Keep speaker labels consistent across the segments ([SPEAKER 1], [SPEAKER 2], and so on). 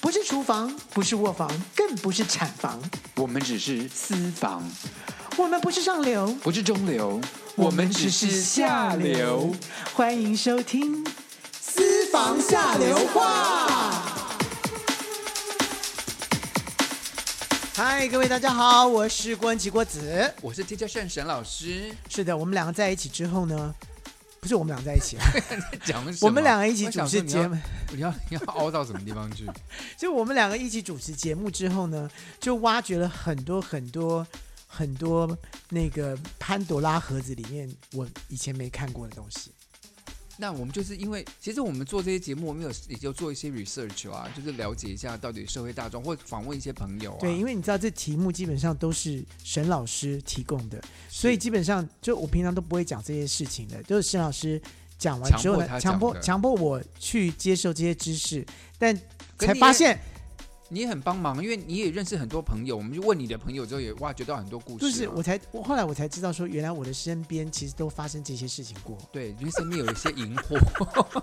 [SPEAKER 1] 不是厨房，不是卧房，更不是产房，
[SPEAKER 2] 我们只是私房，
[SPEAKER 1] 我们不是上流，
[SPEAKER 2] 不是中流，
[SPEAKER 1] 我们只是下流。欢迎收听《私房下流话》。嗨，各位大家好，我是郭恩奇郭子。
[SPEAKER 2] 我是 Teacher 圣沈老师，
[SPEAKER 1] 是的，我们两个在一起之后呢，不是我们俩在一 起啊，
[SPEAKER 2] 讲什么
[SPEAKER 1] 我们两个一起主持节目，，
[SPEAKER 2] 我想说你要你要你要凹到什么地方去？
[SPEAKER 1] 就我们两个一起主持节目之后呢，就挖掘了很多很多很多那个潘多拉盒子里面我以前没看过的东西。
[SPEAKER 2] 那我们就是因为，其实我们做这些节目，我们有也就做一些 research 啊，就是了解一下到底社会大众，或访问一些朋友啊。
[SPEAKER 1] 对，因
[SPEAKER 2] 为
[SPEAKER 1] 为你知道这题目基本上都是沈老师提供的，所以基本上就我平常都不会讲这些事情的，就是沈老师讲完之后呢，强
[SPEAKER 2] 强迫
[SPEAKER 1] 迫
[SPEAKER 2] 他讲的
[SPEAKER 1] 强迫我去接受这些知识，但
[SPEAKER 2] 可
[SPEAKER 1] 才
[SPEAKER 2] 你
[SPEAKER 1] 发
[SPEAKER 2] 也
[SPEAKER 1] 现
[SPEAKER 2] 你也很帮忙，因为你也认识很多朋友，我们就问你的朋友之后，也挖掘到很多故事
[SPEAKER 1] 就
[SPEAKER 2] 啊。
[SPEAKER 1] 是我才我后来我才知道说，原来我的身边其实都发生这些事情过，
[SPEAKER 2] 对，因为身边有一些淫货，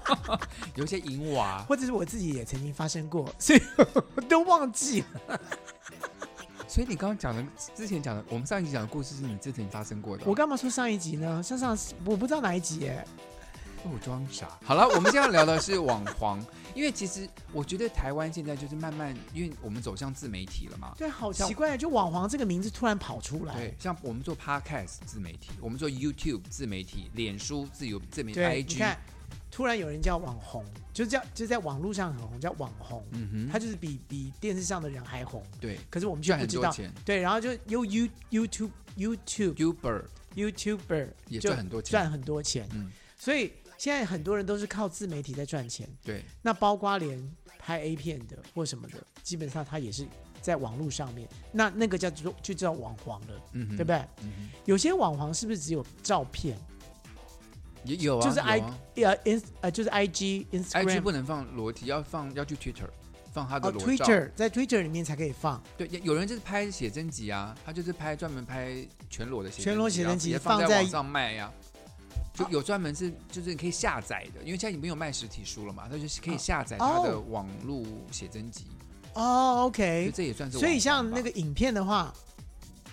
[SPEAKER 2] 有一些淫娃，
[SPEAKER 1] 或者是我自己也曾经发生过，所以 我都忘记了。
[SPEAKER 2] 所以你刚刚讲的，之前讲的，我们上一集讲的故事是你之前发生过的。
[SPEAKER 1] 我干嘛说上一集呢？上上我不知道哪一集耶。
[SPEAKER 2] 我哦装傻。好了，我们现在要聊的是网黄，因为其实我觉得台湾现在就是慢慢，因为我们走向自媒体了嘛。
[SPEAKER 1] 对，好
[SPEAKER 2] 像
[SPEAKER 1] 奇怪，就网黄这个名字突然跑出来
[SPEAKER 2] 对。，像我们做 podcast 自媒体，我们做 YouTube 自媒体，脸书自由自媒体
[SPEAKER 1] 对，你
[SPEAKER 2] ，IG，
[SPEAKER 1] 看，突然有人叫网红，就叫就在网络上很红，叫网红。
[SPEAKER 2] 嗯
[SPEAKER 1] 他
[SPEAKER 2] 哼，
[SPEAKER 1] 就是比比电视上的人还红，
[SPEAKER 2] 对，
[SPEAKER 1] 可是我们就
[SPEAKER 2] 赚
[SPEAKER 1] 不
[SPEAKER 2] 很
[SPEAKER 1] 知
[SPEAKER 2] 多
[SPEAKER 1] 道。
[SPEAKER 2] 钱
[SPEAKER 1] 对，然后就又 You YouTube YouTube
[SPEAKER 2] ，Uber
[SPEAKER 1] YouTuber
[SPEAKER 2] 也
[SPEAKER 1] 就
[SPEAKER 2] 赚很多钱，
[SPEAKER 1] 赚很多钱，
[SPEAKER 2] 嗯，
[SPEAKER 1] 所以现在很多人都是靠自媒体在赚钱。
[SPEAKER 2] 对，
[SPEAKER 1] 那包括连拍 A 片的或什么的，基本上他也是在网络上面，那那个叫做就叫网黄了，
[SPEAKER 2] 嗯哼，
[SPEAKER 1] 对不对？
[SPEAKER 2] 嗯
[SPEAKER 1] 有些网黄是不是只有照片？
[SPEAKER 2] 哼？也有啊，
[SPEAKER 1] 就是 I
[SPEAKER 2] 有啊
[SPEAKER 1] 呃，ins 呃就是 IG
[SPEAKER 2] IG
[SPEAKER 1] Instagram
[SPEAKER 2] 不能放裸体，要放要去 Twitter 放他的
[SPEAKER 1] 哦
[SPEAKER 2] 裸照。
[SPEAKER 1] Twitter 在 Twitter 里面才可以放，
[SPEAKER 2] 对，有人就是拍写真集啊，他就是拍专门拍全裸的写真集啊、
[SPEAKER 1] 全裸写真集
[SPEAKER 2] 直接放
[SPEAKER 1] 放在啊
[SPEAKER 2] 网上卖呀、就有专门是就是你可以下载的，因为现在你没有卖实体书了嘛，它就是可以下载它的
[SPEAKER 1] 哦
[SPEAKER 2] 网络写真集，
[SPEAKER 1] 哦
[SPEAKER 2] 就
[SPEAKER 1] ，OK，
[SPEAKER 2] 这也算是网红
[SPEAKER 1] 所
[SPEAKER 2] 吧。
[SPEAKER 1] 以像那个影片的话，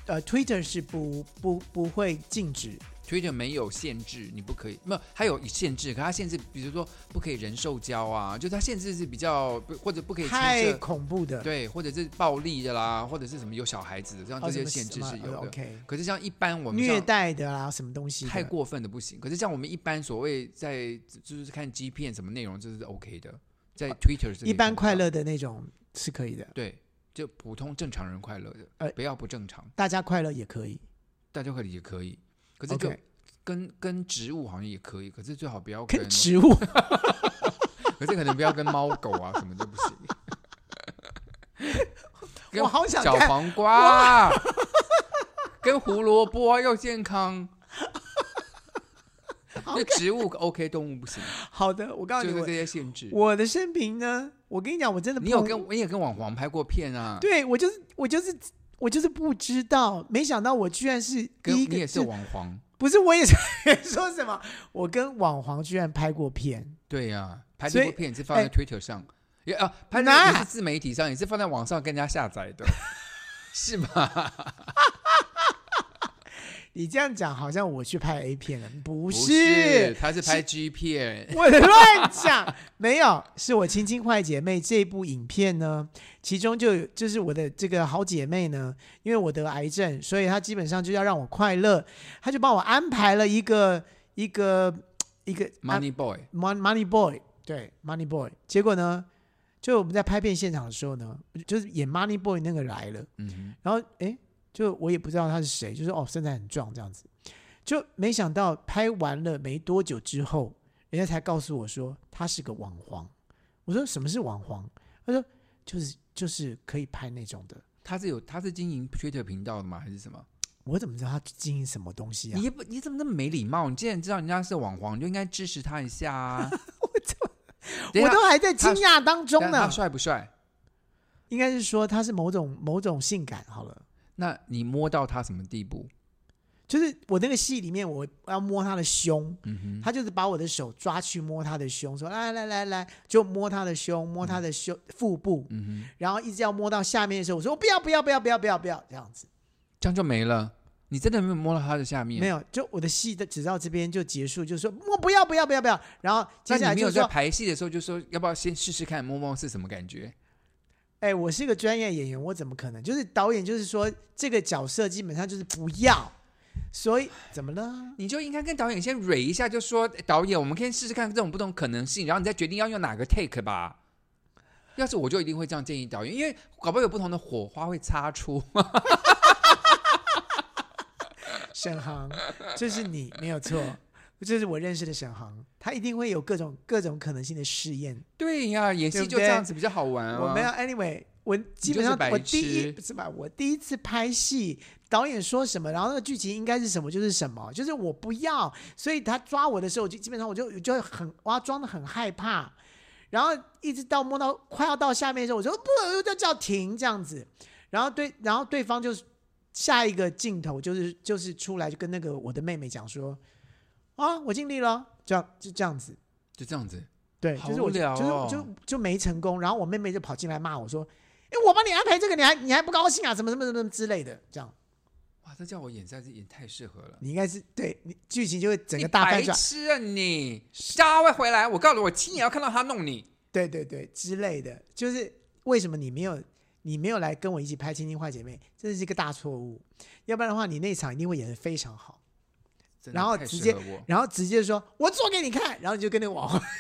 [SPEAKER 1] 呃，Twitter 是不不不会禁止
[SPEAKER 2] Twitter 没有限制，你不可以，没有，它有限制，可它限制，比如说不可以人兽交啊，就是它限制是比较不或者不可以牵
[SPEAKER 1] 太
[SPEAKER 2] 涉
[SPEAKER 1] 恐怖的，
[SPEAKER 2] 对，或者是暴力的啦，或者是什么有小孩子的，像
[SPEAKER 1] 哦，
[SPEAKER 2] 这
[SPEAKER 1] 什
[SPEAKER 2] 些
[SPEAKER 1] 么
[SPEAKER 2] 限制
[SPEAKER 1] 什么
[SPEAKER 2] 是有的。
[SPEAKER 1] 呃 OK，
[SPEAKER 2] 可是像一般我们像
[SPEAKER 1] 虐待的啦，什么东西的
[SPEAKER 2] 太过分的不行。可是像我们一般所谓在就是看 G 片什么内容，这是 OK 的，在 Twitter 是
[SPEAKER 1] 哦一般快
[SPEAKER 2] 可以
[SPEAKER 1] 乐的那种是可以的，
[SPEAKER 2] 看到，对，就普通正常人快乐的，
[SPEAKER 1] 呃
[SPEAKER 2] 不要不正常，
[SPEAKER 1] 大家快乐也可以。
[SPEAKER 2] 大家可以也可以。可是就
[SPEAKER 1] OK，
[SPEAKER 2] 跟跟植物好像也可以，可是最好不要跟，
[SPEAKER 1] 跟植物
[SPEAKER 2] 可是可能不要跟猫狗啊什么就不行。跟
[SPEAKER 1] 我好想
[SPEAKER 2] 小
[SPEAKER 1] 看
[SPEAKER 2] 黄瓜，跟胡萝卜又 健康。那植物 OK，动物不行，
[SPEAKER 1] 好的，我告诉
[SPEAKER 2] 就
[SPEAKER 1] 你，
[SPEAKER 2] 是这
[SPEAKER 1] 我
[SPEAKER 2] 些限制。
[SPEAKER 1] 我的生平呢，我跟你讲，我真的
[SPEAKER 2] 你有
[SPEAKER 1] 碰
[SPEAKER 2] 跟你也跟网黄拍过片啊？
[SPEAKER 1] 对我就是我就是我就是不知道，没想到我居然是
[SPEAKER 2] 跟
[SPEAKER 1] 第一
[SPEAKER 2] 你也
[SPEAKER 1] 个
[SPEAKER 2] 是
[SPEAKER 1] 是，
[SPEAKER 2] 网黄，
[SPEAKER 1] 不是我也是 说什么，我跟网黄居然拍过片，
[SPEAKER 2] 对呀、拍
[SPEAKER 1] 所
[SPEAKER 2] 这
[SPEAKER 1] 以
[SPEAKER 2] 部片是放在
[SPEAKER 1] 哎
[SPEAKER 2] Twitter 上，也啊，拍
[SPEAKER 1] 那
[SPEAKER 2] 那也是自媒体上，也是放在网上跟人家下载 的，是吧？
[SPEAKER 1] 你这样讲好像我去拍 A 片了，不
[SPEAKER 2] 不
[SPEAKER 1] 是。啊
[SPEAKER 2] 他是拍 G 片，
[SPEAKER 1] 我的乱讲，没有，是我《亲亲坏姐妹》这部影片呢，其中就有就是我的这个好姐妹呢，因为我得癌症，所以她基本上就要让我快乐，她就帮我安排了一个一个一个安
[SPEAKER 2] Money Boy，
[SPEAKER 1] Mon Money Boy，对 Money Boy。结果呢，就我们在拍片现场的时候呢，就是演 Money Boy 那个来了，
[SPEAKER 2] 嗯
[SPEAKER 1] 然后诶，就我也不知道他是谁，就是哦身材很壮这样子，就没想到拍完了没多久之后，人家才告诉我说他是个网黄。我说什么是网黄？他说就是就是可以拍那种的。
[SPEAKER 2] 哼，他是有他是经营 Twitter 频道的吗？还是什么？
[SPEAKER 1] 我怎么知道他经营什么东西啊
[SPEAKER 2] 你？也不你怎么那么没礼貌？你既然知道人家是网黄，你就应该支持他一 下啊！等一
[SPEAKER 1] 我
[SPEAKER 2] 下
[SPEAKER 1] 都还在惊
[SPEAKER 2] 他
[SPEAKER 1] 讶当中
[SPEAKER 2] 等一下他
[SPEAKER 1] 呢。
[SPEAKER 2] 帅不帅？
[SPEAKER 1] 应该是说他是某种某种性感好了，
[SPEAKER 2] 那你摸到他什么地步？
[SPEAKER 1] 就是我那个戏里面，我要摸他的胸，
[SPEAKER 2] 嗯哼，
[SPEAKER 1] 他就是把我的手抓去摸他的胸，说来来来来，就摸他的胸，摸他的胸腹部，
[SPEAKER 2] 嗯哼，
[SPEAKER 1] 然后一直要摸到下面的时候，我说我不要不要不要不要不要不要这样子，
[SPEAKER 2] 这样就没了。你真的没有摸到他的下面？
[SPEAKER 1] 没有，就我的戏的只到这边就结束，就说我不要不要不要不要，然后接
[SPEAKER 2] 那
[SPEAKER 1] 下来
[SPEAKER 2] 你没
[SPEAKER 1] 就
[SPEAKER 2] 有
[SPEAKER 1] 是
[SPEAKER 2] 在
[SPEAKER 1] 说，
[SPEAKER 2] 排戏的时候就说，要不要先试试看摸摸是什么感觉？
[SPEAKER 1] 哎，我是一个专业演员，我怎么可能？就是导演就是说这个角色基本上就是不要，所以怎么了？
[SPEAKER 2] 你就应该跟导演先蕊一下，就说诶导演，我们可以试试看这种不同可能性，然后你再决定要用哪个 take 吧。要是我就一定会这样建议导演，因为搞不好有不同的火花会擦出。
[SPEAKER 1] 沈航，这是你没有错，这是我认识的沈航，他一定会有各种各种可能性的试验。
[SPEAKER 2] 对呀、演戏
[SPEAKER 1] 对不
[SPEAKER 2] 就这样
[SPEAKER 1] 对
[SPEAKER 2] 子比较好玩啊。
[SPEAKER 1] 我没有，anyway，我基本
[SPEAKER 2] 就是
[SPEAKER 1] 上
[SPEAKER 2] 白
[SPEAKER 1] 我第一
[SPEAKER 2] 痴
[SPEAKER 1] 不是吧？我第一次拍戏，导演说什么，然后那个剧情应该是什么就是什么，就是我不要，所以他抓我的时候，我就基本上我就我就很哇装的很害怕，然后一直到摸到快要到下面的时候，我说不，就叫停这样子，然后对，然后对方就是下一个镜头就是就是出来就跟那个我的妹妹讲说，啊，我尽力了，这样就这样子。
[SPEAKER 2] 就这样子，
[SPEAKER 1] 对，
[SPEAKER 2] 好
[SPEAKER 1] 就是我
[SPEAKER 2] 无聊哦
[SPEAKER 1] 就是就就没成功，然后我妹妹就跑进来骂我说：“哎，我帮你安排这个，你还你还不高兴啊？什么什么什么什么之类的。”这样，
[SPEAKER 2] 哇，这叫我演在这演太适合了。
[SPEAKER 1] 你应该是对你剧情就会整
[SPEAKER 2] 你
[SPEAKER 1] 个大翻
[SPEAKER 2] 白
[SPEAKER 1] 转，
[SPEAKER 2] 痴啊你！大卫回来，我告诉你，我亲眼要看到他弄你。
[SPEAKER 1] 对对对之类的。就是为什么你没有你没有来跟我一起拍《亲亲坏姐妹》，这是一个大错误。要不然的话，你那场一定会演的非常好，
[SPEAKER 2] 真的
[SPEAKER 1] 然后
[SPEAKER 2] 太
[SPEAKER 1] 直
[SPEAKER 2] 适
[SPEAKER 1] 接
[SPEAKER 2] 合我，
[SPEAKER 1] 然后直接说“我做给你看”，然后你就跟那个网红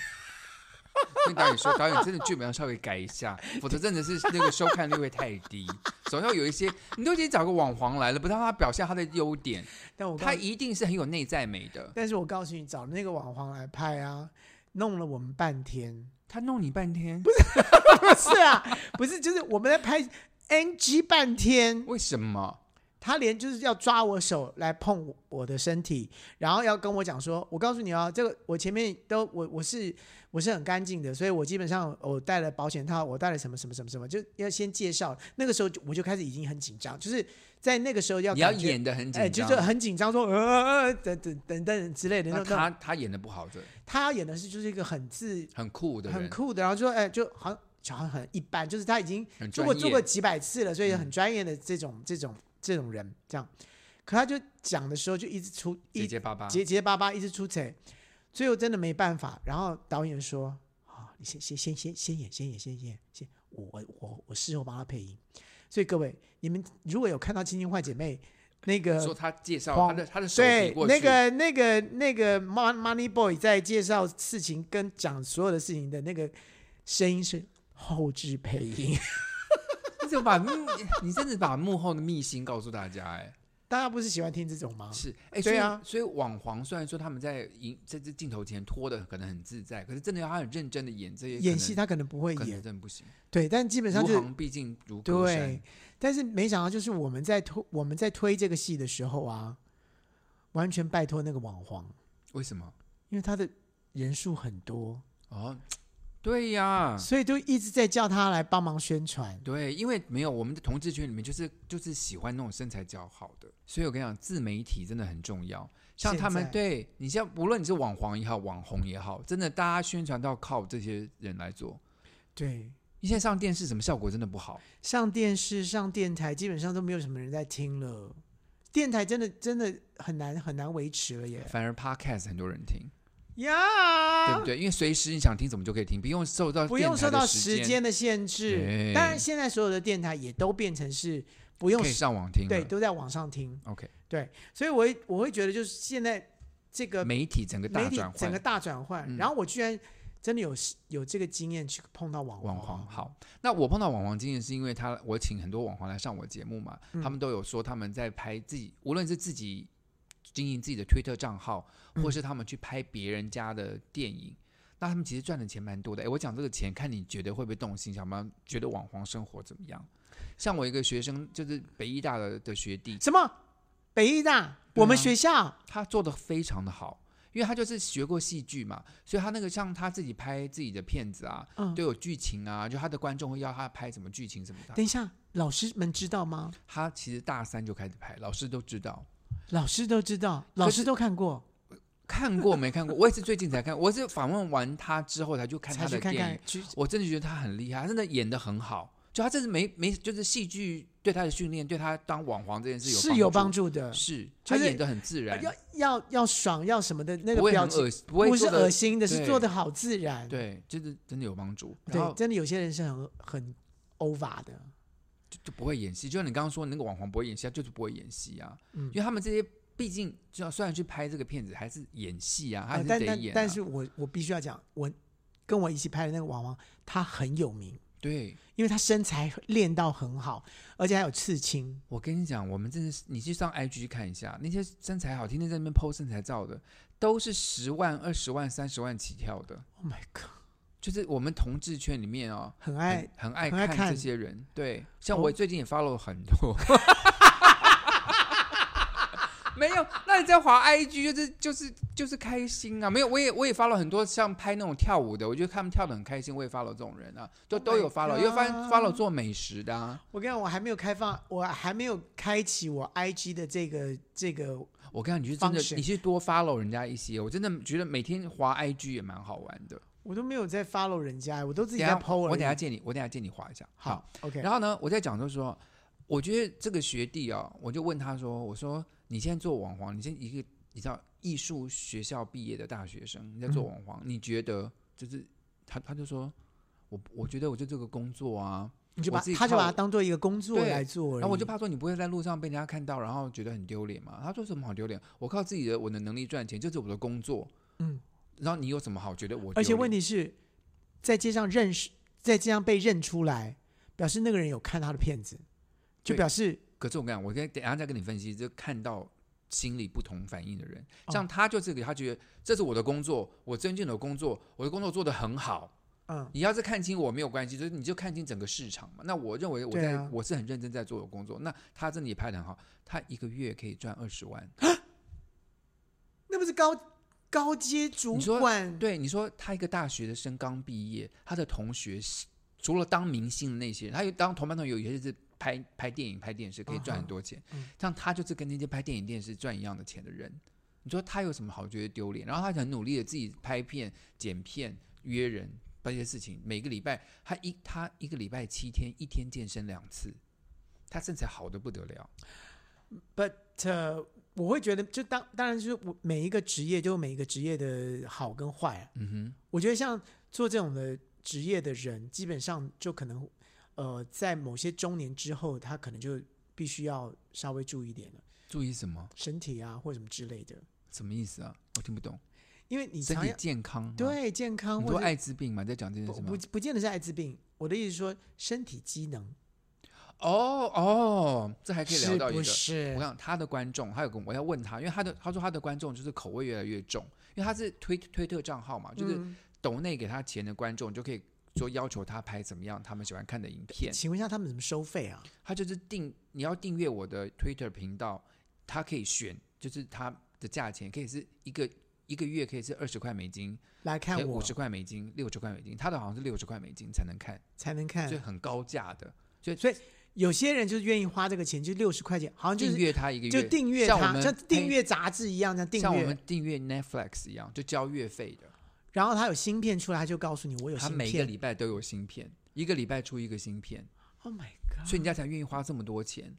[SPEAKER 2] 跟导演说，导演真的剧本要稍微改一下，否则真的是那个收看率会太低。总要有一些，你都已经找个网黄来了，不让他表现他的优点，
[SPEAKER 1] 但我告
[SPEAKER 2] 他
[SPEAKER 1] 诉你，
[SPEAKER 2] 一定是很有内在美的。
[SPEAKER 1] 但是我告诉你，找那个网红来拍啊，弄了我们半天。
[SPEAKER 2] 他弄你半天，
[SPEAKER 1] 不 是啊，不是，就是我们在拍 NG 半天，
[SPEAKER 2] 为什么？
[SPEAKER 1] 他连就是要抓我手来碰我的身体，然后要跟我讲说，我告诉你啊，这个我前面都我我是我是很干净的，所以我基本上我带了保险套，我带了什么什么什么什么，就要先介绍。那个时候就我就开始已经很紧张，就是在那个时候要
[SPEAKER 2] 你要
[SPEAKER 1] 感觉。
[SPEAKER 2] 演的很
[SPEAKER 1] 哎，
[SPEAKER 2] 紧
[SPEAKER 1] 就是
[SPEAKER 2] 张。
[SPEAKER 1] 很紧张，说呃呃呃等等等等之类的那
[SPEAKER 2] 那
[SPEAKER 1] 种。那种
[SPEAKER 2] 他他演的不好的，
[SPEAKER 1] 他演的是就是一个很自
[SPEAKER 2] 很酷的
[SPEAKER 1] 很
[SPEAKER 2] 人，
[SPEAKER 1] 酷的，然后就哎就好像好像很一般，就是他已经
[SPEAKER 2] 很
[SPEAKER 1] 做
[SPEAKER 2] 专
[SPEAKER 1] 过做过
[SPEAKER 2] 业。嗯
[SPEAKER 1] 几百次了，所以很专业的这种、这种这种人这样。可他就讲的时候就一直出一
[SPEAKER 2] 结结巴巴，
[SPEAKER 1] 结结巴巴，一直出彩，最后真的没办法。然后导演说：“啊、你先先先先先演，先演，先演，先我我我我事后帮他配音。”所以各位，你们如果有看到《亲亲坏姐妹》那个
[SPEAKER 2] 说他介绍
[SPEAKER 1] 黄
[SPEAKER 2] 他的他的手比
[SPEAKER 1] 对，
[SPEAKER 2] 过去，
[SPEAKER 1] 那个、那个、那个 Mon- Money Boy 在介绍事情跟讲所有的事情的那个声音是后置配音，
[SPEAKER 2] 你怎么把幕你真的把幕后的秘辛告诉大家哎、
[SPEAKER 1] 大家不是喜欢听这种吗？
[SPEAKER 2] 是，哎、
[SPEAKER 1] 对啊
[SPEAKER 2] 所以，所以网黄虽然说他们在荧在这镜头前拖的可能很自在，可是真的要他很认真的演这些
[SPEAKER 1] 演戏，
[SPEAKER 2] 他
[SPEAKER 1] 他可能不会
[SPEAKER 2] 可能
[SPEAKER 1] 演，
[SPEAKER 2] 真的不行。
[SPEAKER 1] 对，但基本上
[SPEAKER 2] 如
[SPEAKER 1] 就是
[SPEAKER 2] 行毕竟如隔山
[SPEAKER 1] 对，，但是没想到就是我们在推我们在推这个戏的时候啊，完全拜托那个网黄，
[SPEAKER 2] 为什么？
[SPEAKER 1] 因为他的人数很多，
[SPEAKER 2] 哦，对呀、
[SPEAKER 1] 所以就一直在叫他来帮忙宣传。
[SPEAKER 2] 对，因为没有我们的同志圈里面，就是就是喜欢那种身材较好的，所以我跟你讲，自媒体真的很重要。像他们
[SPEAKER 1] 现在
[SPEAKER 2] 对你像无论你是网黄也好，网红也好，真的大家宣传都要靠这些人来做。
[SPEAKER 1] 对，
[SPEAKER 2] 你现在上电视什么效果真的不好，
[SPEAKER 1] 上电视、上电台，基本上都没有什么人在听了。电台真的真的很难很难维持了耶！
[SPEAKER 2] 反而 podcast 很多人听。对
[SPEAKER 1] 呀
[SPEAKER 2] 不，对？因为随时你想听怎么就可以听，不用受到
[SPEAKER 1] 啊不用
[SPEAKER 2] 电台
[SPEAKER 1] 受
[SPEAKER 2] 的
[SPEAKER 1] 到
[SPEAKER 2] 时
[SPEAKER 1] 时间的限制
[SPEAKER 2] 对。
[SPEAKER 1] 当然，现在所有的电台也都变成是不用
[SPEAKER 2] 可以
[SPEAKER 1] 时
[SPEAKER 2] 上网听了。
[SPEAKER 1] 对，都在网上听。
[SPEAKER 2] OK，
[SPEAKER 1] 对，所以我会我会觉得就是现在这个
[SPEAKER 2] 媒体整个
[SPEAKER 1] 媒
[SPEAKER 2] 大
[SPEAKER 1] 体
[SPEAKER 2] 转换，
[SPEAKER 1] 整个大转换，
[SPEAKER 2] 嗯
[SPEAKER 1] 然后我居然真的有有这个经验去碰到网
[SPEAKER 2] 网
[SPEAKER 1] 黄
[SPEAKER 2] 黄。好，那我碰到网黄经验是因为他，我请很多网黄来上我节目嘛，
[SPEAKER 1] 嗯
[SPEAKER 2] 他们都有说他们在拍自己，无论是自己经营自己的推特账号，或
[SPEAKER 1] 嗯
[SPEAKER 2] 是他们去拍别人家的电影。那他们其实赚的钱蛮多的，哎，我讲这个钱，看你觉得会不会动心，想不想觉得网黄生活怎么样？像我一个学生，就是北医大的的学弟，
[SPEAKER 1] 什么？北医大，
[SPEAKER 2] 啊
[SPEAKER 1] 我们学校
[SPEAKER 2] 他做的非常的好，因为他就是学过戏剧嘛，所以他那个像他自己拍自己的片子啊，
[SPEAKER 1] 嗯
[SPEAKER 2] 都有剧情啊，就他的观众会要他拍什么剧情什么的。
[SPEAKER 1] 等一下，老师们知道吗？
[SPEAKER 2] 他其实大三就开始拍，老师都知道，
[SPEAKER 1] 老师都知道，老
[SPEAKER 2] 可
[SPEAKER 1] 师
[SPEAKER 2] 是
[SPEAKER 1] 都看过，
[SPEAKER 2] 看过没看过？ 我也是最近才看，我是访问完他之后才去看
[SPEAKER 1] 才
[SPEAKER 2] 他
[SPEAKER 1] 去
[SPEAKER 2] 的
[SPEAKER 1] 看
[SPEAKER 2] 电影。
[SPEAKER 1] 看。去
[SPEAKER 2] 我真的觉得他很厉害，他真的演的很好。就他真是没没，就是戏剧对他的训练，对他当网红这件事有
[SPEAKER 1] 是有帮
[SPEAKER 2] 助，
[SPEAKER 1] 助的，
[SPEAKER 2] 是
[SPEAKER 1] 就
[SPEAKER 2] 他
[SPEAKER 1] 是
[SPEAKER 2] 演的很自然，
[SPEAKER 1] 要要要爽要什么的那个
[SPEAKER 2] 不会
[SPEAKER 1] 表
[SPEAKER 2] 很
[SPEAKER 1] 情，
[SPEAKER 2] 恶心，不
[SPEAKER 1] 不
[SPEAKER 2] 会
[SPEAKER 1] 是
[SPEAKER 2] 做
[SPEAKER 1] 恶
[SPEAKER 2] 的，
[SPEAKER 1] 心的，是
[SPEAKER 2] 对
[SPEAKER 1] 做的好自然。
[SPEAKER 2] 对，就是真的有帮助。然
[SPEAKER 1] 对，
[SPEAKER 2] 后
[SPEAKER 1] 真的有些人是很很 over 的，
[SPEAKER 2] 就就不会演戏，就像你刚刚说那个网红不会演戏，他就是不会演戏啊，
[SPEAKER 1] 嗯
[SPEAKER 2] 因为他们这些毕竟就虽然去拍这个片子，还是演戏啊，还
[SPEAKER 1] 呃
[SPEAKER 2] 是
[SPEAKER 1] 但
[SPEAKER 2] 得
[SPEAKER 1] 但
[SPEAKER 2] 演、啊
[SPEAKER 1] 但是我我必须要讲，我跟我一起拍的那个王王，他很有名，
[SPEAKER 2] 对
[SPEAKER 1] 因为他身材练到很好，而且还有刺青。
[SPEAKER 2] 我跟你讲，我们真的是，你去上 IG 看一下，那些身材好，天天在那边 PO 身材照的，都是十万、二十万、三十万起跳的，
[SPEAKER 1] Oh my god，
[SPEAKER 2] 就是我们同志圈里面哦，
[SPEAKER 1] 很
[SPEAKER 2] 很
[SPEAKER 1] 爱
[SPEAKER 2] 很爱
[SPEAKER 1] 很爱看
[SPEAKER 2] 这些人。对，像
[SPEAKER 1] 哦
[SPEAKER 2] 我最近也 follow 很多。没有，那你在滑 IG 就是就是就是开心啊！没有，我也我也 follow 很多像拍那种跳舞的，我觉得他们跳的很开心，我也 follow 这种人啊，就
[SPEAKER 1] Oh
[SPEAKER 2] 都有
[SPEAKER 1] my
[SPEAKER 2] follow，也有 follow
[SPEAKER 1] God
[SPEAKER 2] follow 做美食的啊。
[SPEAKER 1] 我跟你讲，我还没有开放，我还没有开启我 IG 的这个这个，
[SPEAKER 2] 我跟你讲，你就真的
[SPEAKER 1] function
[SPEAKER 2] 你去多 follow 人家一些，我真的觉得每天滑 IG 也蛮好玩的。
[SPEAKER 1] 我都没有在 follow 人家，我都自
[SPEAKER 2] 等
[SPEAKER 1] 己
[SPEAKER 2] 一
[SPEAKER 1] 在
[SPEAKER 2] 下
[SPEAKER 1] PO 而已。
[SPEAKER 2] 我等一下借你，我等一下借你滑一下。
[SPEAKER 1] 好，OK，
[SPEAKER 2] 然后呢，我在讲就说，我觉得这个学弟啊、我就问他说，我说你现在做网黄，你现在一个你知道艺术学校毕业的大学生，你在做
[SPEAKER 1] 嗯
[SPEAKER 2] 网黄，你觉得就是他他就说，我我觉得我就这个工作啊，
[SPEAKER 1] 你就
[SPEAKER 2] 我
[SPEAKER 1] 把
[SPEAKER 2] 自己
[SPEAKER 1] 他就
[SPEAKER 2] 靠
[SPEAKER 1] 把它当做一个工作
[SPEAKER 2] 对
[SPEAKER 1] 来做而已。
[SPEAKER 2] 然后我就怕说你不会在路上被人家看到，然后觉得很丢脸嘛。他说什么好丢脸？我靠自己的我的能力赚钱，这是我的工作。
[SPEAKER 1] 嗯，
[SPEAKER 2] 然后你有什么好觉得我？
[SPEAKER 1] 而且问，题是，在街上认识，在街上被认出来，表示那个人有看他的片子，就
[SPEAKER 2] 对
[SPEAKER 1] 表示
[SPEAKER 2] 可是我跟你讲，我跟等一下再跟你分析，就看到心理不同反应的人，
[SPEAKER 1] 哦
[SPEAKER 2] 像他就是个，他觉得这是我的工作，我尊敬我的工作，我的工作做得很好。
[SPEAKER 1] 嗯，
[SPEAKER 2] 你要是看清我没有关系，就是你就看清整个市场嘛。那我认为我
[SPEAKER 1] 对
[SPEAKER 2] 在、
[SPEAKER 1] 啊
[SPEAKER 2] 我是很认真在做我工作，那他真的也拍得很好，他一个月可以赚二十万。
[SPEAKER 1] 那不是高高阶主
[SPEAKER 2] 你说
[SPEAKER 1] 管
[SPEAKER 2] 对，你说他一个大学的生刚毕业，他的同学是除了当明星的那些人，他有当同班同学，有一些是拍拍电影、拍电视，可以
[SPEAKER 1] 啊
[SPEAKER 2] 赚
[SPEAKER 1] 哈
[SPEAKER 2] 很多钱。
[SPEAKER 1] 嗯
[SPEAKER 2] 像他就是跟那些拍电影、电视赚一样的钱的人，你说他有什么好觉得丢脸？然后他很努力的自己拍片、剪片、约人。这些事情，每个礼拜他一他一个礼拜七天，一天健身两次，他身材好的不得了。
[SPEAKER 1] ，but、呃、我会觉得，就当当然就是我每一个职业就有每一个职业的好跟坏、啊。
[SPEAKER 2] 嗯哼，
[SPEAKER 1] 我觉得像做这种的职业的人，基本上就可能呃，在某些中年之后，他可能就必须要稍微注意一点了，
[SPEAKER 2] 注意什么？
[SPEAKER 1] 身体啊或什么之类的，
[SPEAKER 2] 什么意思啊？我听不懂。
[SPEAKER 1] 因为你
[SPEAKER 2] 身
[SPEAKER 1] 常
[SPEAKER 2] 体
[SPEAKER 1] 要
[SPEAKER 2] 健康吗？
[SPEAKER 1] 对啊健康
[SPEAKER 2] 你
[SPEAKER 1] 或
[SPEAKER 2] 说
[SPEAKER 1] 者
[SPEAKER 2] 艾滋病嘛，在讲这件
[SPEAKER 1] 不
[SPEAKER 2] 事吗？
[SPEAKER 1] 不不见得是艾滋病。我的意思是说，身体机能
[SPEAKER 2] 哦哦，这还可以聊
[SPEAKER 1] 是
[SPEAKER 2] 到一
[SPEAKER 1] 不
[SPEAKER 2] 个。
[SPEAKER 1] 是
[SPEAKER 2] 我？想他的观众，还有个我要问他，因为他的他说他的观众就是口味越来越重，因为他是推推特账号嘛，就是
[SPEAKER 1] 嗯
[SPEAKER 2] 抖内给他钱的观众就可以说要求他拍怎么样他们喜欢看的影片，
[SPEAKER 1] 请问一下他们怎么收费啊？
[SPEAKER 2] 他就是订你要订阅我的 Twitter 频道，他可以选，就是他的价钱可以是一个一个月可以是二十块美金，
[SPEAKER 1] 来看
[SPEAKER 2] 五
[SPEAKER 1] 我
[SPEAKER 2] 十块美金，六十块美金，他的好像是六十块美金才能看，
[SPEAKER 1] 才能
[SPEAKER 2] 所以
[SPEAKER 1] 看。
[SPEAKER 2] 很高价的，
[SPEAKER 1] 嗯有些人就是愿意花这个钱，就六十块钱，好像就
[SPEAKER 2] 订
[SPEAKER 1] 是
[SPEAKER 2] 阅他一个月
[SPEAKER 1] 就订阅
[SPEAKER 2] 像我
[SPEAKER 1] 它，
[SPEAKER 2] 们
[SPEAKER 1] 像订
[SPEAKER 2] 嘿
[SPEAKER 1] 阅杂志一样，这样订
[SPEAKER 2] 像我
[SPEAKER 1] 阅
[SPEAKER 2] 们。订阅 Netflix 一样，就交月费的。
[SPEAKER 1] 然后他有芯片出来，他就告诉你我有
[SPEAKER 2] 他
[SPEAKER 1] 芯
[SPEAKER 2] 每个
[SPEAKER 1] 片。
[SPEAKER 2] 礼拜都有新片，一个礼拜出一个新片，
[SPEAKER 1] Oh my god！
[SPEAKER 2] 所以人家才愿意花这么多钱。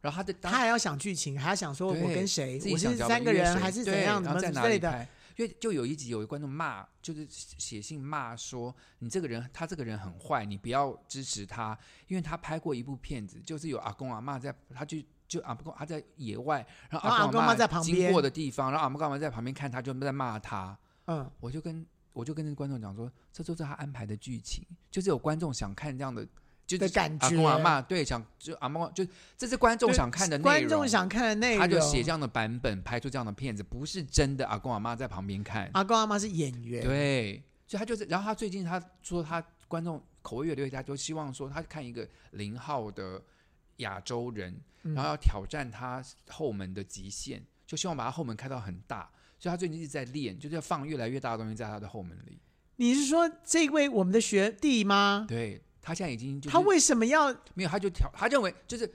[SPEAKER 2] 然后他的
[SPEAKER 1] 他
[SPEAKER 2] 当
[SPEAKER 1] 还要想剧情，还要想说我
[SPEAKER 2] 对
[SPEAKER 1] 跟谁，
[SPEAKER 2] 自己
[SPEAKER 1] 我
[SPEAKER 2] 想
[SPEAKER 1] 是
[SPEAKER 2] 交
[SPEAKER 1] 三个
[SPEAKER 2] 约
[SPEAKER 1] 人
[SPEAKER 2] 谁
[SPEAKER 1] 还是怎
[SPEAKER 2] 对
[SPEAKER 1] 样，
[SPEAKER 2] 然
[SPEAKER 1] 怎
[SPEAKER 2] 后
[SPEAKER 1] 么
[SPEAKER 2] 在
[SPEAKER 1] 之
[SPEAKER 2] 哪
[SPEAKER 1] 类
[SPEAKER 2] 里
[SPEAKER 1] 的。
[SPEAKER 2] 拍。因为就有一集有一观众骂，就是写信骂说你这个人，他这个人很坏，你不要支持他，因为他拍过一部片子，就是有阿公阿妈在，他去就阿公他在野外，然后
[SPEAKER 1] 然后
[SPEAKER 2] 阿
[SPEAKER 1] 哦阿公阿
[SPEAKER 2] 妈
[SPEAKER 1] 嬷在旁
[SPEAKER 2] 经过
[SPEAKER 1] 边
[SPEAKER 2] 的地方，然后阿公阿妈在旁边看他，就在骂他。
[SPEAKER 1] 嗯，
[SPEAKER 2] 我就跟我就跟那观众讲说，这就是他安排的剧情，就是有观众想看这样的，就
[SPEAKER 1] 的
[SPEAKER 2] 是
[SPEAKER 1] 感
[SPEAKER 2] 阿公阿
[SPEAKER 1] 觉
[SPEAKER 2] 妈对想就阿妈就这是观众
[SPEAKER 1] 对
[SPEAKER 2] 想看的内容，
[SPEAKER 1] 观众想看的内容，
[SPEAKER 2] 他就写这样的版本，拍出这样的片子，不是真的阿公阿妈在旁边看，
[SPEAKER 1] 阿公阿妈是演员，
[SPEAKER 2] 对，所以他就是，然后他最近他说他观众口味越来越大，就希望说他看一个零号的亚洲人，
[SPEAKER 1] 嗯
[SPEAKER 2] 然后要挑战他后门的极限，就希望把他后门开到很大。所以他最近一直在练，就是要放越来越大的东西在他的后门里。
[SPEAKER 1] 你是说这位我们的学弟吗？
[SPEAKER 2] 对他现在已经就是
[SPEAKER 1] 他为什么要
[SPEAKER 2] 没有，他就挑，他认为就是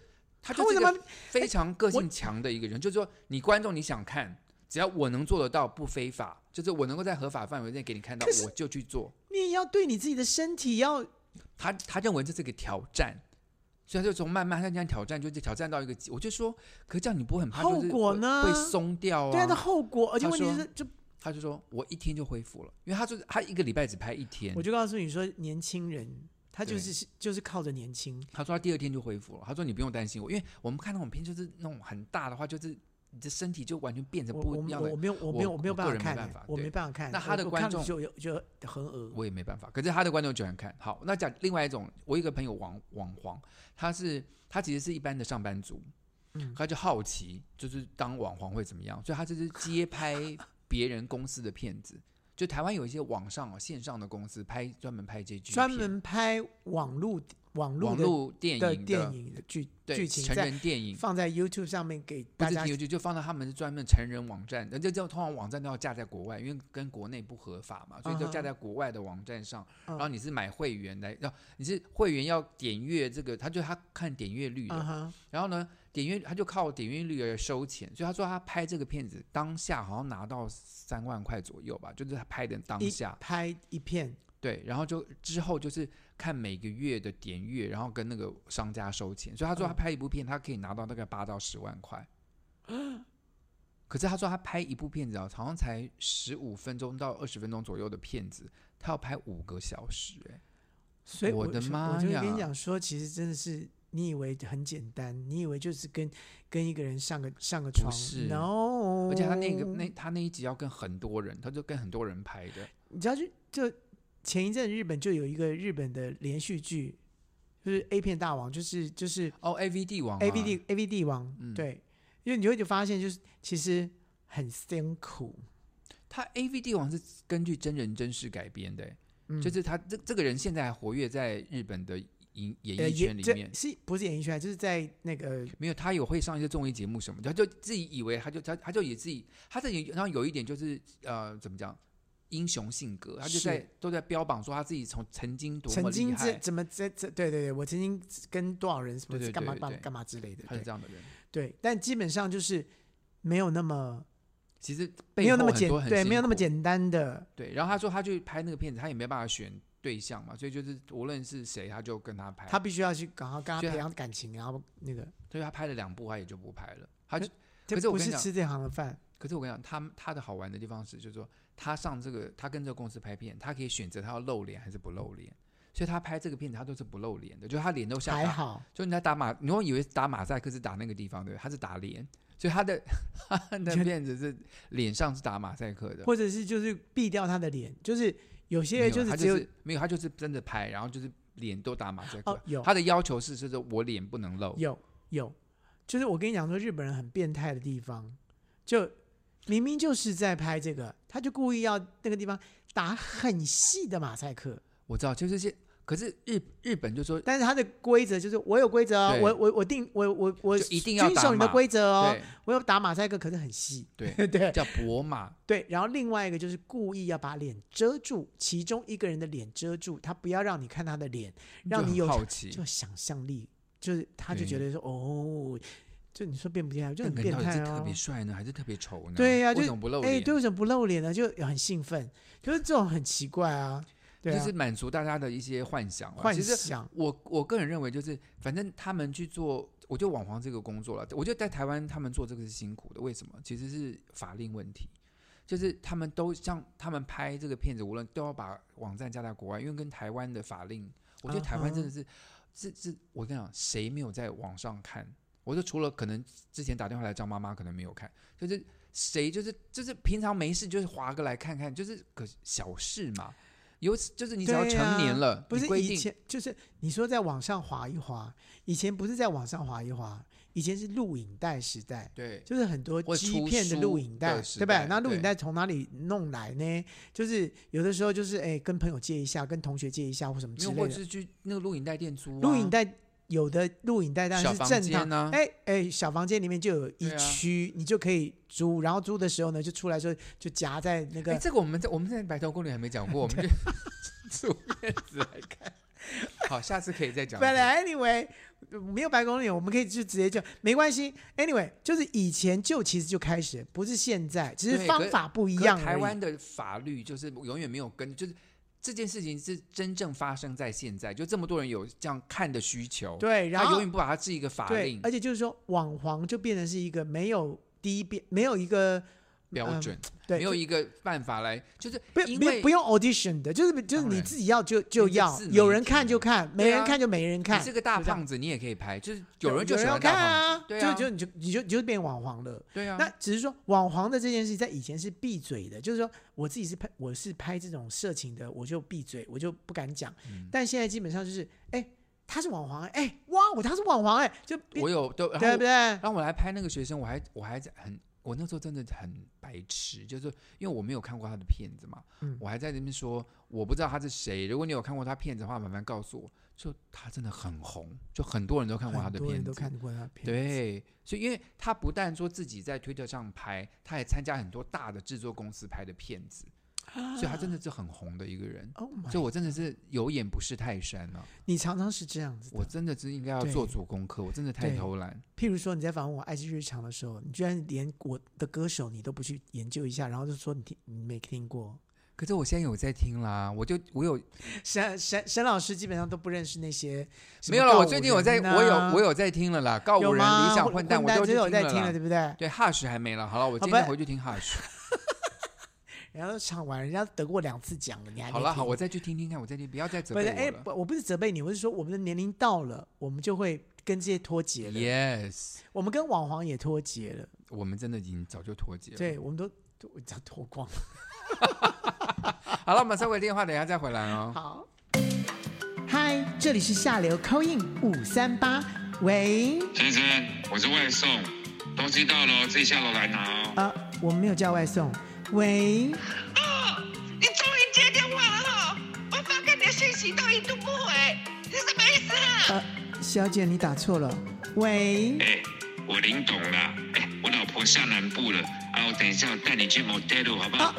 [SPEAKER 2] 他
[SPEAKER 1] 他
[SPEAKER 2] 就
[SPEAKER 1] 为
[SPEAKER 2] 是
[SPEAKER 1] 什
[SPEAKER 2] 一个
[SPEAKER 1] 么
[SPEAKER 2] 非常个性强的一个人，就是说你观众你想看，只要我能做得到不非法，就是我能够在合法范围内给你看到
[SPEAKER 1] 可，是
[SPEAKER 2] 我就去做。
[SPEAKER 1] 你也要对你自己的身体要
[SPEAKER 2] 他他认为这是个挑战，所以他就从慢慢他这样挑战，就是挑战到一个极，我就说，可是这样你不会很怕就是
[SPEAKER 1] 后果
[SPEAKER 2] 会
[SPEAKER 1] 呢
[SPEAKER 2] 会松掉
[SPEAKER 1] 对
[SPEAKER 2] 啊
[SPEAKER 1] 它的？后果，而且
[SPEAKER 2] 他
[SPEAKER 1] 问题
[SPEAKER 2] 说
[SPEAKER 1] 是，就
[SPEAKER 2] 他就说我一天就恢复了，因为他就是他一个礼拜只拍一天
[SPEAKER 1] 我，就告诉你说，年轻人他就
[SPEAKER 2] 对
[SPEAKER 1] 是就是靠着年轻，
[SPEAKER 2] 他说他第二天就恢复了，他说你不用担心我，因为我们看那种片就是那种很大的话，就是你的身体就完全变成
[SPEAKER 1] 我
[SPEAKER 2] 不
[SPEAKER 1] 我
[SPEAKER 2] 一样
[SPEAKER 1] 我
[SPEAKER 2] 的
[SPEAKER 1] 我没有我没有
[SPEAKER 2] 我
[SPEAKER 1] 没有
[SPEAKER 2] 我
[SPEAKER 1] 办
[SPEAKER 2] 个
[SPEAKER 1] 法
[SPEAKER 2] 人没
[SPEAKER 1] 看
[SPEAKER 2] 办
[SPEAKER 1] 欸
[SPEAKER 2] 法，
[SPEAKER 1] 我
[SPEAKER 2] 对
[SPEAKER 1] 没办法看。
[SPEAKER 2] 那他
[SPEAKER 1] 我
[SPEAKER 2] 的
[SPEAKER 1] 我
[SPEAKER 2] 观
[SPEAKER 1] 看了
[SPEAKER 2] 众
[SPEAKER 1] 就有就很恶，
[SPEAKER 2] 我也没办法。可是他的观众就喜欢看。好，那讲另外一种，我一个朋友王王黄，他是他其实是一般的上班族，
[SPEAKER 1] 嗯
[SPEAKER 2] 他就好奇，就是当网黄会怎么样，所以他就是接拍别人公司的片子。就台湾有一些网上哦线上的公司拍专门拍这剧，
[SPEAKER 1] 专门拍网络网
[SPEAKER 2] 网
[SPEAKER 1] 络的
[SPEAKER 2] 络电
[SPEAKER 1] 的
[SPEAKER 2] 影
[SPEAKER 1] 电影的剧
[SPEAKER 2] 对
[SPEAKER 1] 剧情
[SPEAKER 2] 成
[SPEAKER 1] 在
[SPEAKER 2] 人电影。
[SPEAKER 1] 放在 YouTube 上面给
[SPEAKER 2] 不
[SPEAKER 1] 大
[SPEAKER 2] 是
[SPEAKER 1] 家
[SPEAKER 2] 挺有趣，就放到他们是专门成人网站，那就叫通常网站都要架在国外，因为跟国内不合法嘛，所以就
[SPEAKER 1] 嗯
[SPEAKER 2] 架
[SPEAKER 1] 哼
[SPEAKER 2] 在国外的网站上。
[SPEAKER 1] 嗯
[SPEAKER 2] 然后你是买会员来，然后你是会员要点阅这个，他就他看点阅率的，
[SPEAKER 1] 嗯哼，
[SPEAKER 2] 然后呢，点阅他就靠点阅率而收钱，所以他说他拍这个片子当下好像拿到三万块左右吧，就是他拍的当
[SPEAKER 1] 一
[SPEAKER 2] 下，
[SPEAKER 1] 拍一片，
[SPEAKER 2] 对，然后就之后就是看每个月的点阅，然后跟那个商家收钱，所以他说他
[SPEAKER 1] 嗯
[SPEAKER 2] 拍一部片，他可以拿到大概八到十万块。可是他说他拍一部片子啊，好像才十五分钟到二十分钟左右的片子，他要拍五个小时、哎。
[SPEAKER 1] 所以
[SPEAKER 2] 我
[SPEAKER 1] 我
[SPEAKER 2] 的
[SPEAKER 1] 就
[SPEAKER 2] 妈
[SPEAKER 1] 我就会
[SPEAKER 2] 呀
[SPEAKER 1] 跟你讲说，其实真的是你以为很简单，你以为就是跟跟一个人上个上个床
[SPEAKER 2] 是
[SPEAKER 1] ，no，
[SPEAKER 2] 而且他那个
[SPEAKER 1] 哦
[SPEAKER 2] 那他那一集要跟很多人，他就跟很多人拍的，
[SPEAKER 1] 你知道就就前一阵日本就有一个日本的连续剧，就是 A 片大王，就是就是
[SPEAKER 2] 哦，A V 帝王、啊、
[SPEAKER 1] A V D A V D 王，
[SPEAKER 2] 嗯
[SPEAKER 1] 对，因为你会就发现就是其实很辛苦，
[SPEAKER 2] 他 A V 帝王是根据真人真事改编的、欸
[SPEAKER 1] 嗯
[SPEAKER 2] 就是他这这个人现在还活跃在日本的演
[SPEAKER 1] 呃
[SPEAKER 2] 演艺
[SPEAKER 1] 也
[SPEAKER 2] 圈里
[SPEAKER 1] 这
[SPEAKER 2] 面。
[SPEAKER 1] 是不是演艺圈啊，就是在那个
[SPEAKER 2] 没有，他有会上一些综艺节目什么的，他就自己以为他就他他就以自己他自己，然后有一点就是呃怎么讲，英雄性格，他就是在都在标榜说他自己从曾经多么
[SPEAKER 1] 曾
[SPEAKER 2] 厉
[SPEAKER 1] 经这
[SPEAKER 2] 害，
[SPEAKER 1] 怎么这这对对对，我曾经跟多少人什么
[SPEAKER 2] 对对对
[SPEAKER 1] 干嘛
[SPEAKER 2] 对
[SPEAKER 1] 干嘛
[SPEAKER 2] 对
[SPEAKER 1] 干嘛之类的，
[SPEAKER 2] 他是
[SPEAKER 1] 对
[SPEAKER 2] 这样的人。
[SPEAKER 1] 对，但基本上就是没有那么
[SPEAKER 2] 其实背
[SPEAKER 1] 没有那
[SPEAKER 2] 后
[SPEAKER 1] 么
[SPEAKER 2] 很
[SPEAKER 1] 简
[SPEAKER 2] 多很
[SPEAKER 1] 对，没有那么
[SPEAKER 2] 辛苦
[SPEAKER 1] 简单的，
[SPEAKER 2] 对，然后他说他去拍那个片子，他也没办法选对象嘛，所以就是无论是谁，他就跟他拍。
[SPEAKER 1] 他必须要去赶快跟他
[SPEAKER 2] 所以
[SPEAKER 1] 培
[SPEAKER 2] 他
[SPEAKER 1] 养感情，然后那个
[SPEAKER 2] 所以他拍了两部，他也就不拍了。他就，
[SPEAKER 1] 这
[SPEAKER 2] 可是我
[SPEAKER 1] 不
[SPEAKER 2] 跟
[SPEAKER 1] 是
[SPEAKER 2] 你讲
[SPEAKER 1] 吃这行的饭，
[SPEAKER 2] 可是我跟你讲，他他的好玩的地方是，就是说他上这个，他跟这个公司拍片，他可以选择他要露脸还是不露脸。所以他拍这个片子，他都是不露脸的，就是他脸都下
[SPEAKER 1] 还
[SPEAKER 2] 打。
[SPEAKER 1] 好。
[SPEAKER 2] 就你在打马，你会以为打马赛克是打那个地方对不对，他是打脸，所以他的 他的片子是脸上是打马赛克的。
[SPEAKER 1] 或者是就是避掉他的脸，就是有些
[SPEAKER 2] 没
[SPEAKER 1] 人
[SPEAKER 2] 有
[SPEAKER 1] 就是
[SPEAKER 2] 他
[SPEAKER 1] 只有
[SPEAKER 2] 就是没有，他就是真的拍，然后就是脸都打马赛克。
[SPEAKER 1] 哦有
[SPEAKER 2] 他的要求是，就是我脸不能露。
[SPEAKER 1] 有有，就是我跟你讲说日本人很变态的地方，就明明就是在拍这个，他就故意要那个地方打很细的马赛克，
[SPEAKER 2] 我知道，就是些，可是日日本就说，
[SPEAKER 1] 但是他的规则就是我有规则哦，
[SPEAKER 2] 对
[SPEAKER 1] 我我我定我我我
[SPEAKER 2] 就一定要
[SPEAKER 1] 遵
[SPEAKER 2] 打
[SPEAKER 1] 守你的
[SPEAKER 2] 码
[SPEAKER 1] 规则哦，我有打马赛克，可是很细，
[SPEAKER 2] 对
[SPEAKER 1] 对
[SPEAKER 2] 对，叫博马，
[SPEAKER 1] 对，然后另外一个就是故意要把脸遮住，其中一个人的脸遮住，他不要让你看他的脸，让
[SPEAKER 2] 就
[SPEAKER 1] 你
[SPEAKER 2] 很
[SPEAKER 1] 有
[SPEAKER 2] 好奇，
[SPEAKER 1] 就想象力，就是他就
[SPEAKER 2] 对
[SPEAKER 1] 觉得说，哦，就你说变不变态，就很
[SPEAKER 2] 那个
[SPEAKER 1] 变
[SPEAKER 2] 人到底
[SPEAKER 1] 态
[SPEAKER 2] 是特
[SPEAKER 1] 哦
[SPEAKER 2] 别。帅呢，还是特别丑呢？
[SPEAKER 1] 对呀就
[SPEAKER 2] 为什么不露
[SPEAKER 1] 哎，
[SPEAKER 2] 脸？
[SPEAKER 1] 对，为什么不露脸呢？就很兴奋，就是这种很奇怪啊，对啊，
[SPEAKER 2] 就是满足大家的一些幻想啊。
[SPEAKER 1] 幻
[SPEAKER 2] 其实
[SPEAKER 1] 想，
[SPEAKER 2] 我我个人认为，就是反正他们去做，我觉得网黄这个工作了，我觉得在台湾他们做这个是辛苦的，为什么？其实是法令问题。就是他们都像他们拍这个片子，无论都要把网站架在国外，因为跟台湾的法令，我觉得台
[SPEAKER 1] 嗯
[SPEAKER 2] 湾真的是是是，我跟你讲，谁没有在网上看？我就除了可能之前打电话来张妈妈，可能没有看，就是谁就是就是平常没事就是划个来看看，就是可小事嘛。有就是你只要
[SPEAKER 1] 对
[SPEAKER 2] 成
[SPEAKER 1] 啊
[SPEAKER 2] 年了，
[SPEAKER 1] 不是
[SPEAKER 2] 你规
[SPEAKER 1] 以
[SPEAKER 2] 定
[SPEAKER 1] 前就是你说在网上滑一滑，以前不是在网上滑一滑，以前是录影带时代。
[SPEAKER 2] 对
[SPEAKER 1] 就是很多
[SPEAKER 2] 或
[SPEAKER 1] 基
[SPEAKER 2] 出
[SPEAKER 1] 片的
[SPEAKER 2] 书
[SPEAKER 1] 录影带，
[SPEAKER 2] 的时
[SPEAKER 1] 对吧？
[SPEAKER 2] 代
[SPEAKER 1] 那录影
[SPEAKER 2] 对
[SPEAKER 1] 带从哪里弄来呢？就是有的时候就是哎，跟朋友借一下，跟同学借一下或什么
[SPEAKER 2] 没
[SPEAKER 1] 之
[SPEAKER 2] 有
[SPEAKER 1] 类
[SPEAKER 2] 或
[SPEAKER 1] 的
[SPEAKER 2] 者。是去那个录影带店租、啊，
[SPEAKER 1] 录影带有的录影带当然
[SPEAKER 2] 小
[SPEAKER 1] 是
[SPEAKER 2] 房
[SPEAKER 1] 正常
[SPEAKER 2] 间，啊呢、
[SPEAKER 1] 哎哎，小房间里面就有一
[SPEAKER 2] 对啊
[SPEAKER 1] 区，你就可以租，然后租的时候呢，就出来时候就夹在那
[SPEAKER 2] 哎、
[SPEAKER 1] 个，
[SPEAKER 2] 这个我们在我们在白头宫里还没讲过，我们就 租院子来看。好，下次可以再讲这
[SPEAKER 1] 本
[SPEAKER 2] 个。
[SPEAKER 1] 来 anyway，没有白宫脸，我们可以就直接就没关系。Anyway，就是以前就其实就开始，不是现在，只是
[SPEAKER 2] 对
[SPEAKER 1] 方
[SPEAKER 2] 可
[SPEAKER 1] 法不一
[SPEAKER 2] 可
[SPEAKER 1] 样而已。
[SPEAKER 2] 台湾的法律就是永远没有跟，就是这件事情是真正发生在现在，就这么多人有这样看的需求，
[SPEAKER 1] 对，然
[SPEAKER 2] 他
[SPEAKER 1] 后
[SPEAKER 2] 永远不把它是一个法
[SPEAKER 1] 哦对
[SPEAKER 2] 令，
[SPEAKER 1] 而且嗯就是说网黄就变成是一个没有第一遍，没有一个
[SPEAKER 2] 标准，
[SPEAKER 1] 对，
[SPEAKER 2] 没有一个办法来，就是
[SPEAKER 1] 不
[SPEAKER 2] 因
[SPEAKER 1] 不
[SPEAKER 2] 为
[SPEAKER 1] 不用 audition 的，就是就是
[SPEAKER 2] 当
[SPEAKER 1] 你
[SPEAKER 2] 然
[SPEAKER 1] 自己要就就
[SPEAKER 2] 因为
[SPEAKER 1] 要
[SPEAKER 2] 自，媒
[SPEAKER 1] 有人
[SPEAKER 2] 体
[SPEAKER 1] 看就看，没
[SPEAKER 2] 对
[SPEAKER 1] 人
[SPEAKER 2] 啊
[SPEAKER 1] 看就没人
[SPEAKER 2] 你
[SPEAKER 1] 看。
[SPEAKER 2] 是个大
[SPEAKER 1] 就这样
[SPEAKER 2] 胖子，你也可以拍，就是
[SPEAKER 1] 对
[SPEAKER 2] 有人就喜
[SPEAKER 1] 要
[SPEAKER 2] 欢
[SPEAKER 1] 看
[SPEAKER 2] 大胖子，
[SPEAKER 1] 啊，
[SPEAKER 2] 对啊
[SPEAKER 1] 就就你就你就你就变网黄了。
[SPEAKER 2] 对啊，
[SPEAKER 1] 那只是说网黄的这件事情在以前是闭嘴的，就是说我自己是拍我是拍这种色情的，我就闭嘴，我就不敢讲。
[SPEAKER 2] 嗯
[SPEAKER 1] 但现在基本上就是，哎，他是网黄，哎，哇，我他是网黄，哎，就
[SPEAKER 2] 我有都，然
[SPEAKER 1] 对啊
[SPEAKER 2] 后
[SPEAKER 1] 不对？
[SPEAKER 2] 然后我来拍那个学生，我还我还在很，我那时候真的很白痴，就是说因为我没有看过他的片子嘛，
[SPEAKER 1] 嗯
[SPEAKER 2] 我还在那边说我不知道他是谁。如果你有看过他片子的话，麻烦告诉我。就他真的很红，就很多人都看过他
[SPEAKER 1] 很
[SPEAKER 2] 的
[SPEAKER 1] 多人
[SPEAKER 2] 片
[SPEAKER 1] 都
[SPEAKER 2] 子。
[SPEAKER 1] 看过他的片，，
[SPEAKER 2] 对，所以因为他不但说自己在推特上拍，他也参加很多大的制作公司拍的片子，所以他真的是很红的一个人。
[SPEAKER 1] Oh my！
[SPEAKER 2] 所以我真的是有眼不识泰山啊！
[SPEAKER 1] 你常常是这样子的。
[SPEAKER 2] 我真的是应该要做
[SPEAKER 1] 对
[SPEAKER 2] 足功课，我真的太
[SPEAKER 1] 对
[SPEAKER 2] 偷懒。
[SPEAKER 1] 譬如说你在访问我爱之日常的时候，你居然连我的歌手你都不去研究一下，然后就说你听你没听过。
[SPEAKER 2] 可是我现在有在听啦，我就我有
[SPEAKER 1] 沈沈沈老师基本上都不认识那些什么
[SPEAKER 2] 没有了，我
[SPEAKER 1] 告
[SPEAKER 2] 最
[SPEAKER 1] 五
[SPEAKER 2] 近有在，
[SPEAKER 1] 人呐啊
[SPEAKER 2] 我有我有在听了啦，告
[SPEAKER 1] 有
[SPEAKER 2] 五人、
[SPEAKER 1] 吗
[SPEAKER 2] 理想
[SPEAKER 1] 混
[SPEAKER 2] 混蛋，我都去
[SPEAKER 1] 这个有在
[SPEAKER 2] 了
[SPEAKER 1] 听了，
[SPEAKER 2] 啦。
[SPEAKER 1] 对不对？
[SPEAKER 2] 对，Hush 还没了，好了，我今
[SPEAKER 1] 不
[SPEAKER 2] 天
[SPEAKER 1] 是
[SPEAKER 2] 回去 听 Hush。
[SPEAKER 1] 人家都唱完，人家得过两次奖了，你还没
[SPEAKER 2] 好了，
[SPEAKER 1] 听
[SPEAKER 2] 好，我再去听听看，我再听，不要再责
[SPEAKER 1] 不是
[SPEAKER 2] 备
[SPEAKER 1] 哎，
[SPEAKER 2] 我了。
[SPEAKER 1] 不，我不是责备你，我是说我们的年龄到了，我们就会跟这些脱节了。
[SPEAKER 2] Yes，
[SPEAKER 1] 我们跟网黄也脱节了，
[SPEAKER 2] 我们真的已经早就脱节了。
[SPEAKER 1] 对，，我们都都早脱光了。
[SPEAKER 2] 好了，我们稍微电话，等一下再回来哦。
[SPEAKER 1] 好，嗨，这里是下流 c 印五三八，喂，
[SPEAKER 3] 先生，我是外送，东西到了哦自己下楼来拿哦。
[SPEAKER 1] 呃，我们没有叫外送，喂，
[SPEAKER 4] 哦，你终于接电话了哈、我发给你的讯息都一度不回，是什么意思啊？
[SPEAKER 1] 呃，小姐你打错了，喂，
[SPEAKER 3] 哎、我林董啦，哎、我老婆下南部了，啊，我等一下我带你去 motel 好不好？
[SPEAKER 1] 啊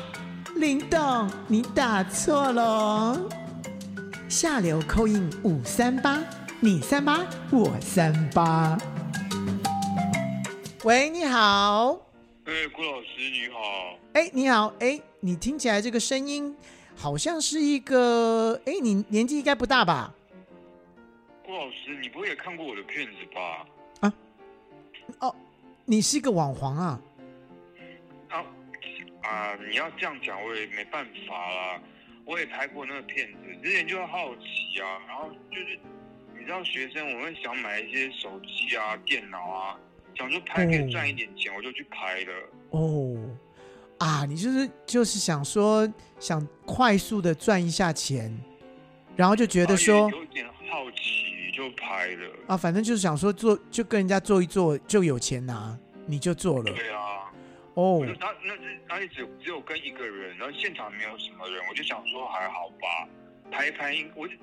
[SPEAKER 1] 林董你打错了哦，下流 c 印五三八，你三八我三八，喂，你好。
[SPEAKER 3] 哎、顾老师你好，
[SPEAKER 1] 哎，你好，哎，你听起来这个声音好像是一个，哎，你年纪应该不大吧？
[SPEAKER 3] 顾老师，你不会也看过我的片子吧？
[SPEAKER 1] 哦你是一个网黄啊？
[SPEAKER 3] 啊啊，你要这样讲我也没办法啦，我也拍过那个片子，之前就是好奇啊，然后就是你知道学生我们想买一些手机啊、电脑啊，想说拍
[SPEAKER 1] 嗯
[SPEAKER 3] 可以赚一点钱，我就去拍了。
[SPEAKER 1] 哦，啊，你就是就是想说想快速的赚一下钱，然后就觉得说
[SPEAKER 3] 啊也有点好奇就拍了。
[SPEAKER 1] 啊，反正就是想说做就跟人家做一做就有钱拿，你就做了
[SPEAKER 3] 对啊，
[SPEAKER 1] 哦
[SPEAKER 3] 我就他那是他也只只有跟一个人，然后现场没有什么人，我就想说还好吧，拍一拍应我就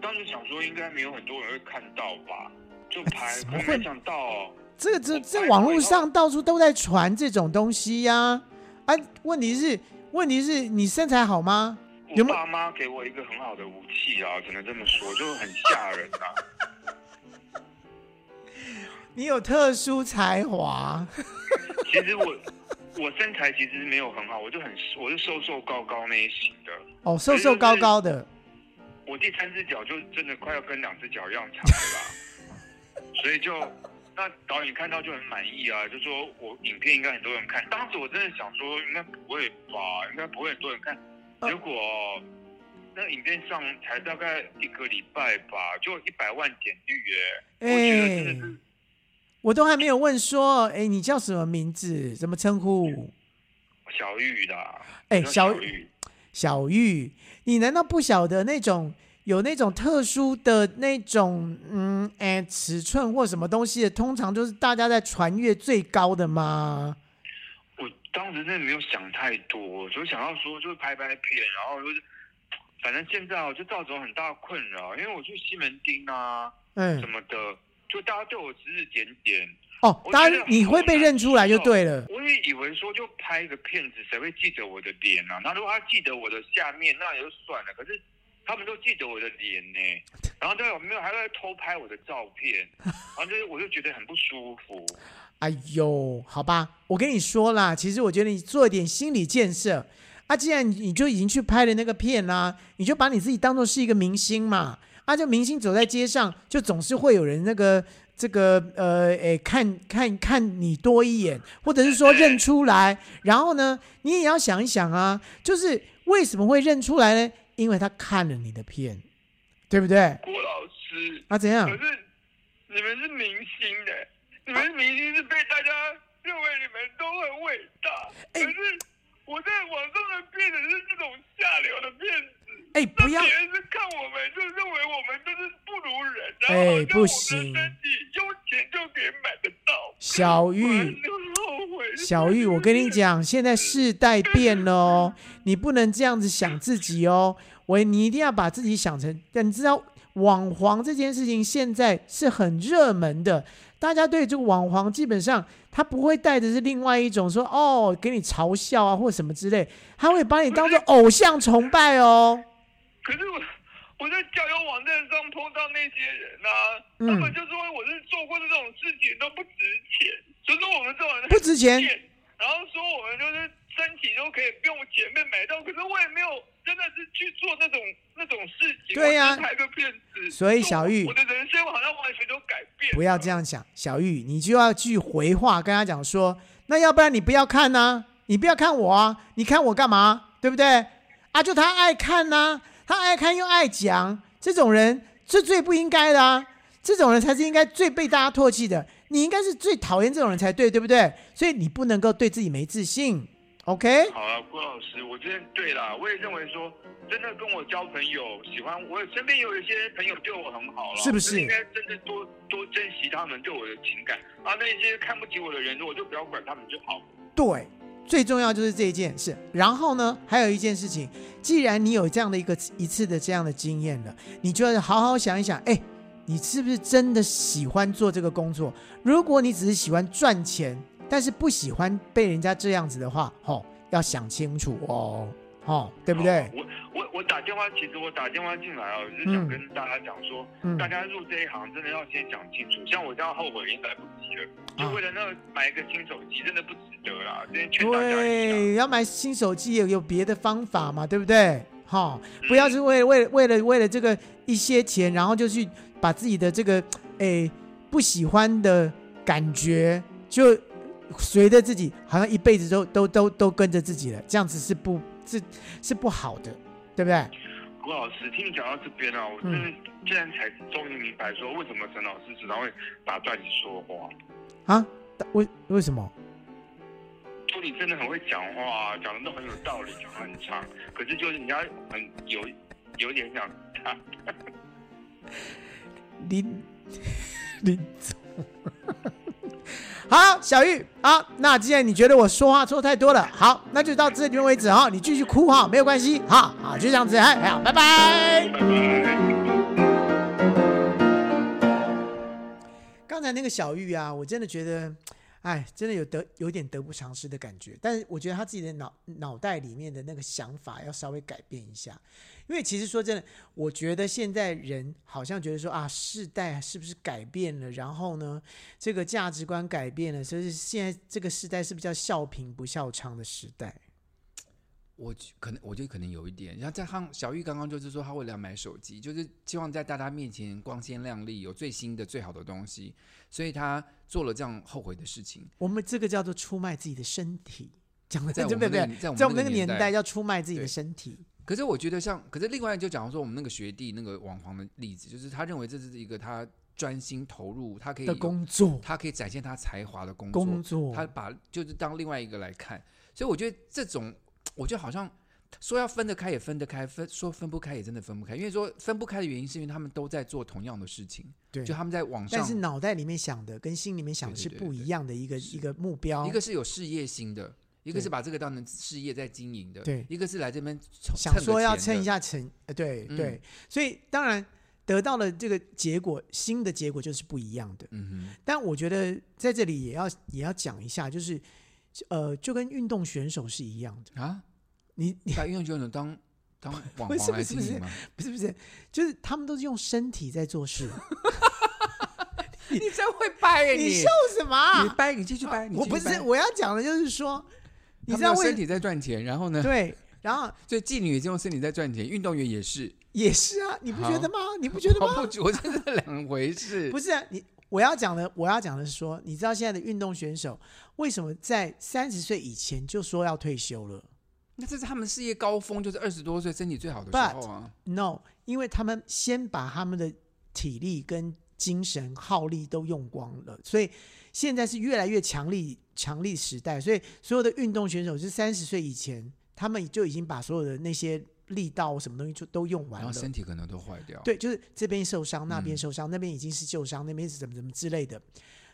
[SPEAKER 3] 当时想说应该没有很多人会看到吧，就
[SPEAKER 1] 哎
[SPEAKER 3] 拍，
[SPEAKER 1] 怎么
[SPEAKER 3] 我
[SPEAKER 1] 会
[SPEAKER 3] 没想到
[SPEAKER 1] 这个这
[SPEAKER 3] 我
[SPEAKER 1] 在
[SPEAKER 3] 拍
[SPEAKER 1] 网
[SPEAKER 3] 过
[SPEAKER 1] 络
[SPEAKER 3] 以后
[SPEAKER 1] 上到处都在传这种东西呀、啊，问题是问题是你身材好吗？有
[SPEAKER 3] 我
[SPEAKER 1] 没有
[SPEAKER 3] 爸妈给我一个很好的武器啊，只能这么说，就很吓人啊。
[SPEAKER 1] 你有特殊才华，
[SPEAKER 3] 其实我我身材其实没有很好，我就很我是瘦瘦高高那一型的。
[SPEAKER 1] 哦，瘦瘦高高的，
[SPEAKER 3] 我第三只脚就真的快要跟两只脚一样长了 啦，所以就那导演看到就很满意啊，就说我影片应该很多人看。当时我真的想说应该不会吧，应该不会很多人看。
[SPEAKER 1] 嗯
[SPEAKER 3] 结果那影片上才大概一个礼拜吧，就一百万点率耶、
[SPEAKER 1] 哎、
[SPEAKER 3] 我觉得真的是
[SPEAKER 1] 我都还没有问说，哎、你叫什么名字？怎么称呼？
[SPEAKER 3] 小玉啦，
[SPEAKER 1] 哎、
[SPEAKER 3] 嗯叫
[SPEAKER 1] 小
[SPEAKER 3] 玉。
[SPEAKER 1] 小玉，你难道不晓得那种有那种特殊的那种嗯，哎、尺寸或什么东西的，通常就是大家在传阅最高的吗？
[SPEAKER 3] 我当时真的没有想太多，就想要说就是拍拍片，然后就是，反正现在我哦就造成很大困扰，因为我去西门町啊
[SPEAKER 1] 嗯
[SPEAKER 3] 什，么的，就大家对我指指点点，
[SPEAKER 1] 哦，
[SPEAKER 3] 我
[SPEAKER 1] 当
[SPEAKER 3] 觉
[SPEAKER 1] 然
[SPEAKER 3] 得
[SPEAKER 1] 你
[SPEAKER 3] 好
[SPEAKER 1] 会被
[SPEAKER 3] 难
[SPEAKER 1] 认出来就
[SPEAKER 3] 受
[SPEAKER 1] 对了。
[SPEAKER 3] 我也以为说就拍一个片子，谁会记得我的脸啊？那如果他记得我的下面，那也就算了，可是他们都记得我的脸呢、然后就有没有还在偷拍我的照片，然后就是我就觉得很不舒服。
[SPEAKER 1] 哎呦，好吧，我跟你说啦，其实我觉得你做一点心理建设啊，既然你就已经去拍了那个片啦、你就把你自己当做是一个明星嘛。啊，就明星走在街上，就总是会有人那个这个呃，诶，看看看你多一眼，或者是说认出来。然后呢，你也要想一想啊，就是为什么会认出来呢？因为他看了你的片，对不对？
[SPEAKER 3] 郭老师，
[SPEAKER 1] 啊，怎样
[SPEAKER 3] 可？是你们是明星的，你们明星是被大家认为你们都很伟大，可
[SPEAKER 1] 哎
[SPEAKER 3] 是我在网上的骗子是这种下流的骗子。
[SPEAKER 1] 哎，
[SPEAKER 3] 那
[SPEAKER 1] 不要
[SPEAKER 3] 别。人是看我们，就认为我们就是不如人，然
[SPEAKER 1] 哎
[SPEAKER 3] 后好像我们
[SPEAKER 1] 不
[SPEAKER 3] 的
[SPEAKER 1] 行
[SPEAKER 3] 身体用钱就可以买得到。
[SPEAKER 1] 小玉
[SPEAKER 3] 我很后悔
[SPEAKER 1] 小玉，我跟你，讲，现在世代变了哦，你不能这样子想自己哦。喂，你一定要把自己想成，但你知道网黄这件事情现在是很热门的，大家对这个网黄基本上他不会带着是另外一种说哦给你嘲笑啊或什么之类，他会把你当做偶像崇拜哦。
[SPEAKER 3] 可是我我在交友网站上碰到那些人啊，
[SPEAKER 1] 嗯
[SPEAKER 3] 他们就说我是做过这种事情都不值钱，就说我们这种人
[SPEAKER 1] 不值钱
[SPEAKER 3] 很贱，然后说我们就是身体都可以不用钱被买到，可是我也没有真的是去做那种那种事情，
[SPEAKER 1] 对呀
[SPEAKER 3] 我只是拍个片子，
[SPEAKER 1] 所以小玉
[SPEAKER 3] 我的人生好像完全都改变了，
[SPEAKER 1] 不要这样想，小玉，你就要去回话，跟他讲说，那要不然你不要看呐、你不要看我啊，你看我干嘛？对不对？啊，就他爱看呐、他爱看又爱讲，这种人是最不应该的啊，这种人才是应该最被大家唾弃的，你应该是最讨厌这种人才对，对不对？所以你不能够对自己没自信，OK？
[SPEAKER 3] 好了，郭老师，我真的对啦，我也认为说，真的跟我交朋友，喜欢我身边有一些朋友对我很好了，
[SPEAKER 1] 是不是
[SPEAKER 3] 我应该真的多多珍惜他们对我的情感啊。那些看不起我的人，我就不要管他们就好。
[SPEAKER 1] 对，最重要就是这一件事。然后呢，还有一件事情，既然你有这样的一个一次的这样的经验了，你就要好好想一想，哎，你是不是真的喜欢做这个工作？如果你只是喜欢赚钱，但是不喜欢被人家这样子的话，吼、要想清楚哦，吼、对不对
[SPEAKER 3] 好？我哦我我打电话，其实我打电话进来啊，我是想跟大家讲说，
[SPEAKER 1] 嗯
[SPEAKER 3] 大家入这一行真的要先想清楚，像我这样后悔已经来不及了，就
[SPEAKER 1] 啊
[SPEAKER 3] 为了那个买一个新手机，真的不值得啦。真的劝大家一下。
[SPEAKER 1] 对，要买新手机也有别的方法嘛，对不对？哈、不要是为了为了为了为了这个一些钱，然后就去把自己的这个诶不喜欢的感觉，就随着自己，好像一辈子都都都都跟着自己了，这样子是不是是不好的，对不对？
[SPEAKER 3] 郭老师，听你讲到这边啊，我真
[SPEAKER 1] 嗯
[SPEAKER 3] 的竟然才终于明白说，为什么陈老师时常会打断你说话。
[SPEAKER 1] 啊，为为什么？
[SPEAKER 3] 就你真的很会讲话、啊，讲的都很有道理，讲得很长，可是就是人家很有有点想他。
[SPEAKER 1] 林 林总。 好，小玉，好，那既然你觉得我说话说太多了，好，那就到这边为止哈，你继续哭哈，没有关系，好，好，就这样子，哎，好，拜拜。
[SPEAKER 3] 拜拜。
[SPEAKER 1] 刚才那个小玉啊，我真的觉得，哎，真的有得有点得不偿失的感觉。但是我觉得他自己的脑脑袋里面的那个想法要稍微改变一下，因为其实说真的，我觉得现在人好像觉得说啊，世代是不是改变了？然后呢，这个价值观改变了，所以现在这个时代是不是叫笑贫不笑娼的时代？
[SPEAKER 2] 我觉可能我觉得可能有一点，然后在他小玉刚刚就是说，他为了要买手机，就是希望在大家面前光鲜亮丽，有最新的最好的东西，所以他做了这样后悔的事情。
[SPEAKER 1] 我们这个叫做出卖自己的身体。讲的
[SPEAKER 2] 在我
[SPEAKER 1] 对
[SPEAKER 2] 们
[SPEAKER 1] 不对
[SPEAKER 2] 那个？
[SPEAKER 1] 在我们那
[SPEAKER 2] 在我们那个
[SPEAKER 1] 个年
[SPEAKER 2] 年代
[SPEAKER 1] 代叫出卖自己的
[SPEAKER 2] 对
[SPEAKER 1] 身体，
[SPEAKER 2] 可是我觉得像，可是另外就讲说我们那个学弟那个网黄的例子，就是他认为这是一个他专心投入，他可以
[SPEAKER 1] 的工作，
[SPEAKER 2] 他可以展现他才华的工作，
[SPEAKER 1] 工作，
[SPEAKER 2] 他把就是当另外一个来看，所以我觉得这种，我觉得好像说要分得开也分得开，分说分不开也真的分不开，因为说分不开的原因是因为他们都在做同样的事情，
[SPEAKER 1] 对
[SPEAKER 2] 就他们在网
[SPEAKER 1] 但
[SPEAKER 2] 上
[SPEAKER 1] 是，脑袋里面想的跟心里面想的
[SPEAKER 2] 对
[SPEAKER 1] 是
[SPEAKER 2] 对对
[SPEAKER 1] 不
[SPEAKER 2] 对
[SPEAKER 1] 一样的一个
[SPEAKER 2] 是
[SPEAKER 1] 一个目标，
[SPEAKER 2] 一个是有事业心的，一个
[SPEAKER 1] 对
[SPEAKER 2] 是把这个当成事业在经营的，
[SPEAKER 1] 对
[SPEAKER 2] 一个是来这边蹭
[SPEAKER 1] 想说要蹭一
[SPEAKER 2] 下，
[SPEAKER 1] 下成，呃，对
[SPEAKER 2] 嗯
[SPEAKER 1] 对，所以当然得到了这个结果，新的结果就是不一样的。
[SPEAKER 2] 嗯
[SPEAKER 1] 但我觉得在这里也要也要讲一下，就是呃，就跟运动选手是一样的，
[SPEAKER 2] 哼啊，
[SPEAKER 1] 你你
[SPEAKER 2] 把运动选手当当网
[SPEAKER 1] 不是
[SPEAKER 2] 红
[SPEAKER 1] 不是
[SPEAKER 2] 来经
[SPEAKER 1] 不是
[SPEAKER 2] 营吗？
[SPEAKER 1] 不是不是，就是他们都是用身体在做 事。
[SPEAKER 2] 你真会掰耶！
[SPEAKER 1] 你笑什么啊？
[SPEAKER 2] 你掰，你继续掰。你
[SPEAKER 1] 我
[SPEAKER 2] 继续
[SPEAKER 1] 不是
[SPEAKER 2] 掰
[SPEAKER 1] 我要讲的就是说，你
[SPEAKER 2] 他
[SPEAKER 1] 知
[SPEAKER 2] 们
[SPEAKER 1] 道
[SPEAKER 2] 用
[SPEAKER 1] 为
[SPEAKER 2] 身体在赚钱，然后呢？
[SPEAKER 1] 对，然后
[SPEAKER 2] 所以妓女也是用身体在赚钱，运动员也是，
[SPEAKER 1] 也是啊，你不觉得
[SPEAKER 2] 好
[SPEAKER 1] 吗？你哦不觉得
[SPEAKER 2] 跑
[SPEAKER 1] 吗？
[SPEAKER 2] 步机，我觉得 是两回事。
[SPEAKER 1] 不是啊、你，我要讲的，我要讲的是说，你知道现在的运动选手为什么在三十岁以前就说要退休了
[SPEAKER 2] 那这是他们事业高峰，就是二十多岁身体最好的时候啊。
[SPEAKER 1] ？No，因为他们先把他们的体力跟精神耗力都用光了，所以现在是越来越强力强力时代，所以所有的运动选手是三十岁以前，他们就已经把所有的那些力道什么东西就都用完
[SPEAKER 2] 然后
[SPEAKER 1] 了。
[SPEAKER 2] 身体可能都坏掉。，
[SPEAKER 1] 对，就是这边受伤，那边
[SPEAKER 2] 嗯
[SPEAKER 1] 受伤，那边已经是旧伤，那边是怎么怎么之类的。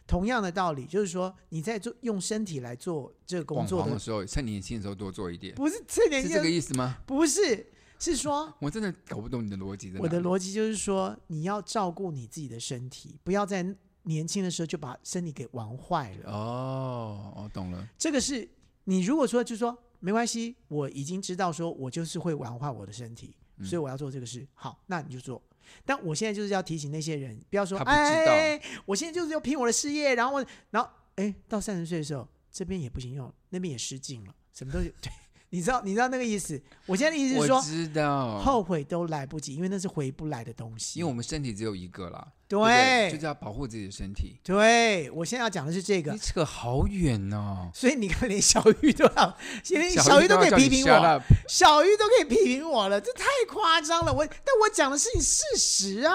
[SPEAKER 1] 同样的道理，就是说你在做用身体来做这个工
[SPEAKER 2] 网
[SPEAKER 1] 作
[SPEAKER 2] 红
[SPEAKER 1] 的
[SPEAKER 2] 的，时候，趁年轻的时候多做一点，
[SPEAKER 1] 不是这点
[SPEAKER 2] 是
[SPEAKER 1] 就
[SPEAKER 2] 这个意思吗？
[SPEAKER 1] 不是，是说
[SPEAKER 2] 我真的搞不懂你的逻辑在哪里。
[SPEAKER 1] 我的逻辑就是说你要照顾你自己的身体，不要在年轻的时候就把身体给玩坏了。
[SPEAKER 2] 哦，我懂了。
[SPEAKER 1] 这个是你如果说就说没关系，我已经知道说我就是会玩坏我的身体，
[SPEAKER 2] 嗯
[SPEAKER 1] 所以我要做这个事。好，那你就做。但我现在就是要提醒那些人，不要说
[SPEAKER 2] 他不知道
[SPEAKER 1] 哎，我现在就是要拼我的事业，然后我然后哎，到三十岁的时候，这边也不行用，那边也失禁了，什么东西？ 对，你知道你知道那个意思。我现在的意思是
[SPEAKER 2] 我
[SPEAKER 1] 说，
[SPEAKER 2] 知道，
[SPEAKER 1] 后悔都来不及，因为那是回不来的东西。
[SPEAKER 2] 因为我们身体只有一个啦，对不对，就是
[SPEAKER 1] 对
[SPEAKER 2] 要保护自己的身体。
[SPEAKER 1] 对，我现在要讲的是这个
[SPEAKER 2] 你。扯好远哦，
[SPEAKER 1] 所以你看，连小玉都要，连小
[SPEAKER 2] 小
[SPEAKER 1] 玉都可以
[SPEAKER 2] 要叫
[SPEAKER 1] 批
[SPEAKER 2] 你
[SPEAKER 1] 评
[SPEAKER 2] shut
[SPEAKER 1] 我。
[SPEAKER 2] up
[SPEAKER 1] 小玉都可以批评我了，这太夸张了。我但我讲的是你事实啊，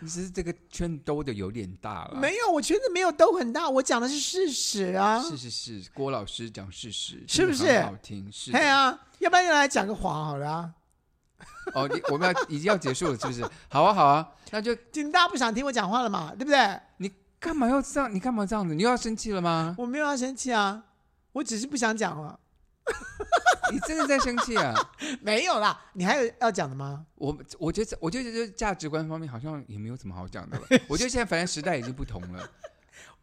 [SPEAKER 2] 你是这个圈兜的有点大了。
[SPEAKER 1] 没有，我圈子没有兜很大，我讲的是事实啊。
[SPEAKER 2] 是是是，郭老师讲事实，
[SPEAKER 1] 是不
[SPEAKER 2] 真的
[SPEAKER 1] 是
[SPEAKER 2] 很好听？是的。
[SPEAKER 1] 对啊，要不然就来讲个谎好了、啊。
[SPEAKER 2] 哦，你我们要已经要结束了，是不是？好啊，好啊，那就
[SPEAKER 1] 就大家不想听我讲话了嘛，对不对？
[SPEAKER 2] 你干嘛要这样？你干嘛这样子？你又要生气了吗？
[SPEAKER 1] 我没有要生气啊，我只是不想讲了。
[SPEAKER 2] 你真的在生气啊？
[SPEAKER 1] 没有啦，你还有要讲的吗？
[SPEAKER 2] 我我觉得我觉得就是价值观方面好像也没有什么好讲的了。我觉得现在反正时代已经不同了，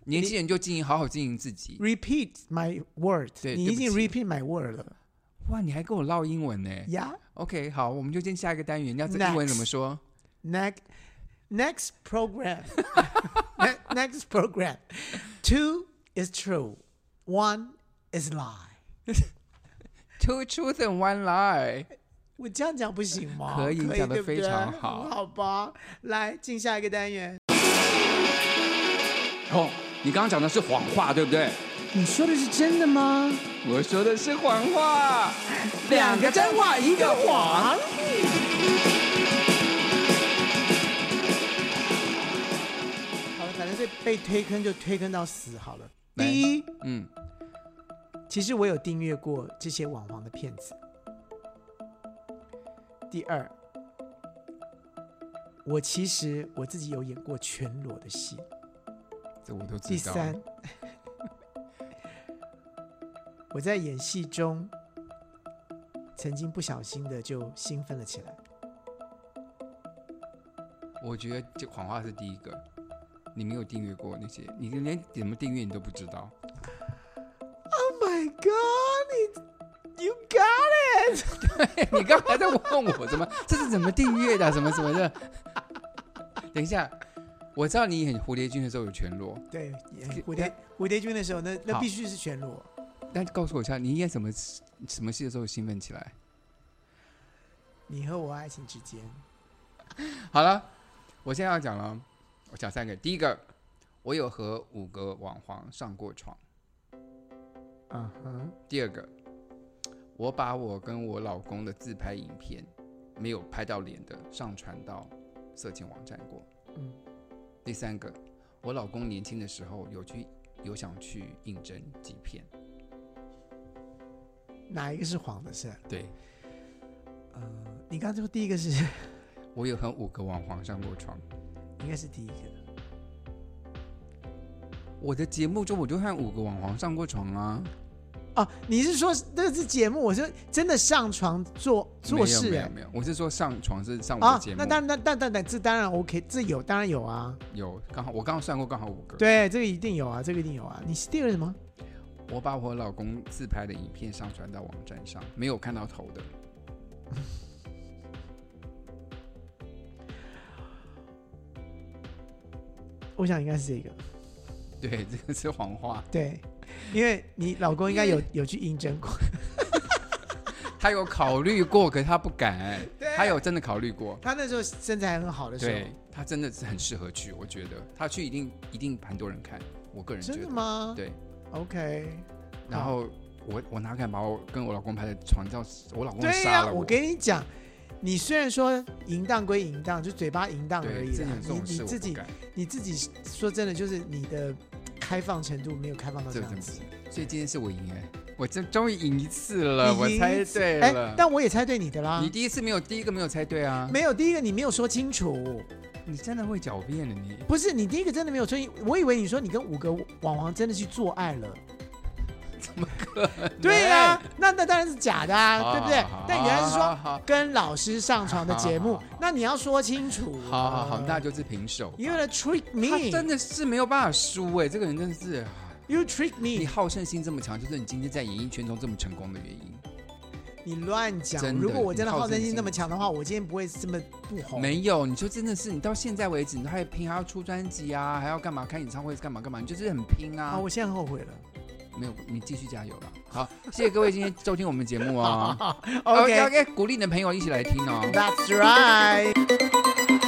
[SPEAKER 2] 年轻人就经营好好经营自己。
[SPEAKER 1] Repeat my word，
[SPEAKER 2] 对
[SPEAKER 1] 你已经
[SPEAKER 2] 对
[SPEAKER 1] repeat my word 了
[SPEAKER 2] 哇，你还跟我唠英文呢
[SPEAKER 1] 呀。
[SPEAKER 2] ？OK，好，我们就进下一个单元。你要这英文怎么说？
[SPEAKER 1] Next next program Ne- next program two is true, one is lie。
[SPEAKER 2] Two truths and one lie。
[SPEAKER 1] 我这样讲不行吗？
[SPEAKER 2] 可以你讲得
[SPEAKER 1] 对不对
[SPEAKER 2] 非常好
[SPEAKER 1] 好吧，来进下一个单元。
[SPEAKER 2] 哦，你刚刚讲的是谎话，对不对？
[SPEAKER 1] 你说的是真的吗？
[SPEAKER 2] 我说的是谎话，
[SPEAKER 1] 两个真话，一个谎。好了，反正被被推坑就推坑到死好了。
[SPEAKER 2] 来
[SPEAKER 1] 第一，
[SPEAKER 2] 嗯，
[SPEAKER 1] 其实我有订阅过这些网黄的骗子。第二，我其实我自己有演过全裸的戏。
[SPEAKER 2] 这我都知道。
[SPEAKER 1] 第三， 我在演戏中曾经不小心的就兴奋了起
[SPEAKER 2] Oh
[SPEAKER 1] 来。
[SPEAKER 2] 我觉得这谎话是第一个，你没有订阅过那些，你连怎么订阅你都不知道。
[SPEAKER 1] Oh my god！你，You got it！
[SPEAKER 2] 你刚才在问我怎么这是怎么订阅的啊，什么什么的。 等一下，我知道你演蝴蝶君的时候有全裸，
[SPEAKER 1] 对，演蝴蝶蝴蝶君的时候，那那
[SPEAKER 2] 好
[SPEAKER 1] 必须是全裸。
[SPEAKER 2] 但告诉我一下，你演什么什么戏的时候兴奋起来？
[SPEAKER 1] 你和我爱情之间，
[SPEAKER 2] 好了，我现在要讲了，我讲三个。第一个，我有和五个网黄上过床。
[SPEAKER 1] 嗯哼，
[SPEAKER 2] 第二个，我把我跟我老公的自拍影片，没有拍到脸的，上传到色情网站过。
[SPEAKER 1] 嗯。
[SPEAKER 2] 第三个，我老公年轻的时候有去有想去应征几片。
[SPEAKER 1] 哪一个是谎的事？
[SPEAKER 2] 对，
[SPEAKER 1] 呃，你刚才说第一个是，
[SPEAKER 2] 我有和五个网黄上过床。
[SPEAKER 1] 应该是第一个。
[SPEAKER 2] 我的节目中我就和五个网黄上过床啊，
[SPEAKER 1] 哦，你是说那是节目？我说真的上床做做事、
[SPEAKER 2] 没有没
[SPEAKER 1] 哎
[SPEAKER 2] 有没有，我是说上床是上我的
[SPEAKER 1] 啊
[SPEAKER 2] 节，目，
[SPEAKER 1] 那当然，那那那那这当然 OK，这有当然有啊，
[SPEAKER 2] 有刚好我刚刚算过刚好五个。，
[SPEAKER 1] 对，这个一定有啊，这个一定有啊。你是第二个什么？
[SPEAKER 2] 我把我老公自拍的影片上传到网站上，没有看到头的。
[SPEAKER 1] 我想应该是这个，
[SPEAKER 2] 对，这个是谎话。
[SPEAKER 1] 对，因为你老公应该有
[SPEAKER 2] 嗯
[SPEAKER 1] 有去应征过，
[SPEAKER 2] 他有考虑过，可是他不敢。
[SPEAKER 1] 啊
[SPEAKER 2] 他有真的考虑过，
[SPEAKER 1] 他那时候身材很好的时
[SPEAKER 2] 对
[SPEAKER 1] 候，
[SPEAKER 2] 他真的是很适合去，我觉得他去一定一定很多人看，我个人觉
[SPEAKER 1] 真的
[SPEAKER 2] 得。
[SPEAKER 1] 吗？
[SPEAKER 2] 对，
[SPEAKER 1] ，OK，
[SPEAKER 2] 然后我我哪敢把我跟我老公拍的床照，我老公
[SPEAKER 1] 对呀、
[SPEAKER 2] 杀了
[SPEAKER 1] 我跟你讲，你虽然说淫荡归淫荡，就嘴巴淫荡而
[SPEAKER 2] 对
[SPEAKER 1] 已
[SPEAKER 2] 这
[SPEAKER 1] 啦你
[SPEAKER 2] 种这种
[SPEAKER 1] 你
[SPEAKER 2] 事我
[SPEAKER 1] 自
[SPEAKER 2] 不
[SPEAKER 1] 己
[SPEAKER 2] 敢，
[SPEAKER 1] 你自己说真的，就是你的开放程度没有开放到
[SPEAKER 2] 这
[SPEAKER 1] 这
[SPEAKER 2] 真
[SPEAKER 1] 样
[SPEAKER 2] 的
[SPEAKER 1] 子
[SPEAKER 2] 是。。所以今天是我赢哎、我这终于赢一次了，
[SPEAKER 1] 你
[SPEAKER 2] 我
[SPEAKER 1] 赢
[SPEAKER 2] 猜
[SPEAKER 1] 一次
[SPEAKER 2] 对
[SPEAKER 1] 哎
[SPEAKER 2] 了。
[SPEAKER 1] 但我也猜对你的啦
[SPEAKER 2] 你。第一次没有，第一个没有猜对啊！
[SPEAKER 1] 没有，第一个你没有说清楚，
[SPEAKER 2] 你真的会狡辩的你。
[SPEAKER 1] 不是你第一个真的没有说清，我以为你说你跟五个网红真的去做爱了。怎么可能？对呀、那那当然是假的啊，对不对
[SPEAKER 2] 好好好？
[SPEAKER 1] 但原来是
[SPEAKER 2] 好
[SPEAKER 1] 说
[SPEAKER 2] 好
[SPEAKER 1] 跟老师上床的节目
[SPEAKER 2] 好好好，
[SPEAKER 1] 那你要说清楚啊。
[SPEAKER 2] 好好好，那就是平手。
[SPEAKER 1] You wanna trick
[SPEAKER 2] 他
[SPEAKER 1] me？
[SPEAKER 2] 真的是没有办法输哎、这个人真的是，啊
[SPEAKER 1] You trick
[SPEAKER 2] 你
[SPEAKER 1] me！
[SPEAKER 2] 好胜心这么强，就是你今天在演艺圈中这么成功的原因。
[SPEAKER 1] 你乱讲。
[SPEAKER 2] 真的
[SPEAKER 1] 如果我真的
[SPEAKER 2] 你好
[SPEAKER 1] 好胜
[SPEAKER 2] 胜
[SPEAKER 1] 心
[SPEAKER 2] 心
[SPEAKER 1] 那么强的话，我今天不会这么不红。
[SPEAKER 2] 没有，你就真的是，你到现在为止，你还拼，还要出专辑啊，还要干嘛，开演唱会干嘛干嘛，你就是很拼啊。
[SPEAKER 1] 啊，我现在很后悔 了。
[SPEAKER 2] 没有，你继续加油吧。好，谢谢各位今天收听我们节目啊、
[SPEAKER 1] OK，
[SPEAKER 2] OK，鼓励你的朋友一起来听哦。
[SPEAKER 1] that's right。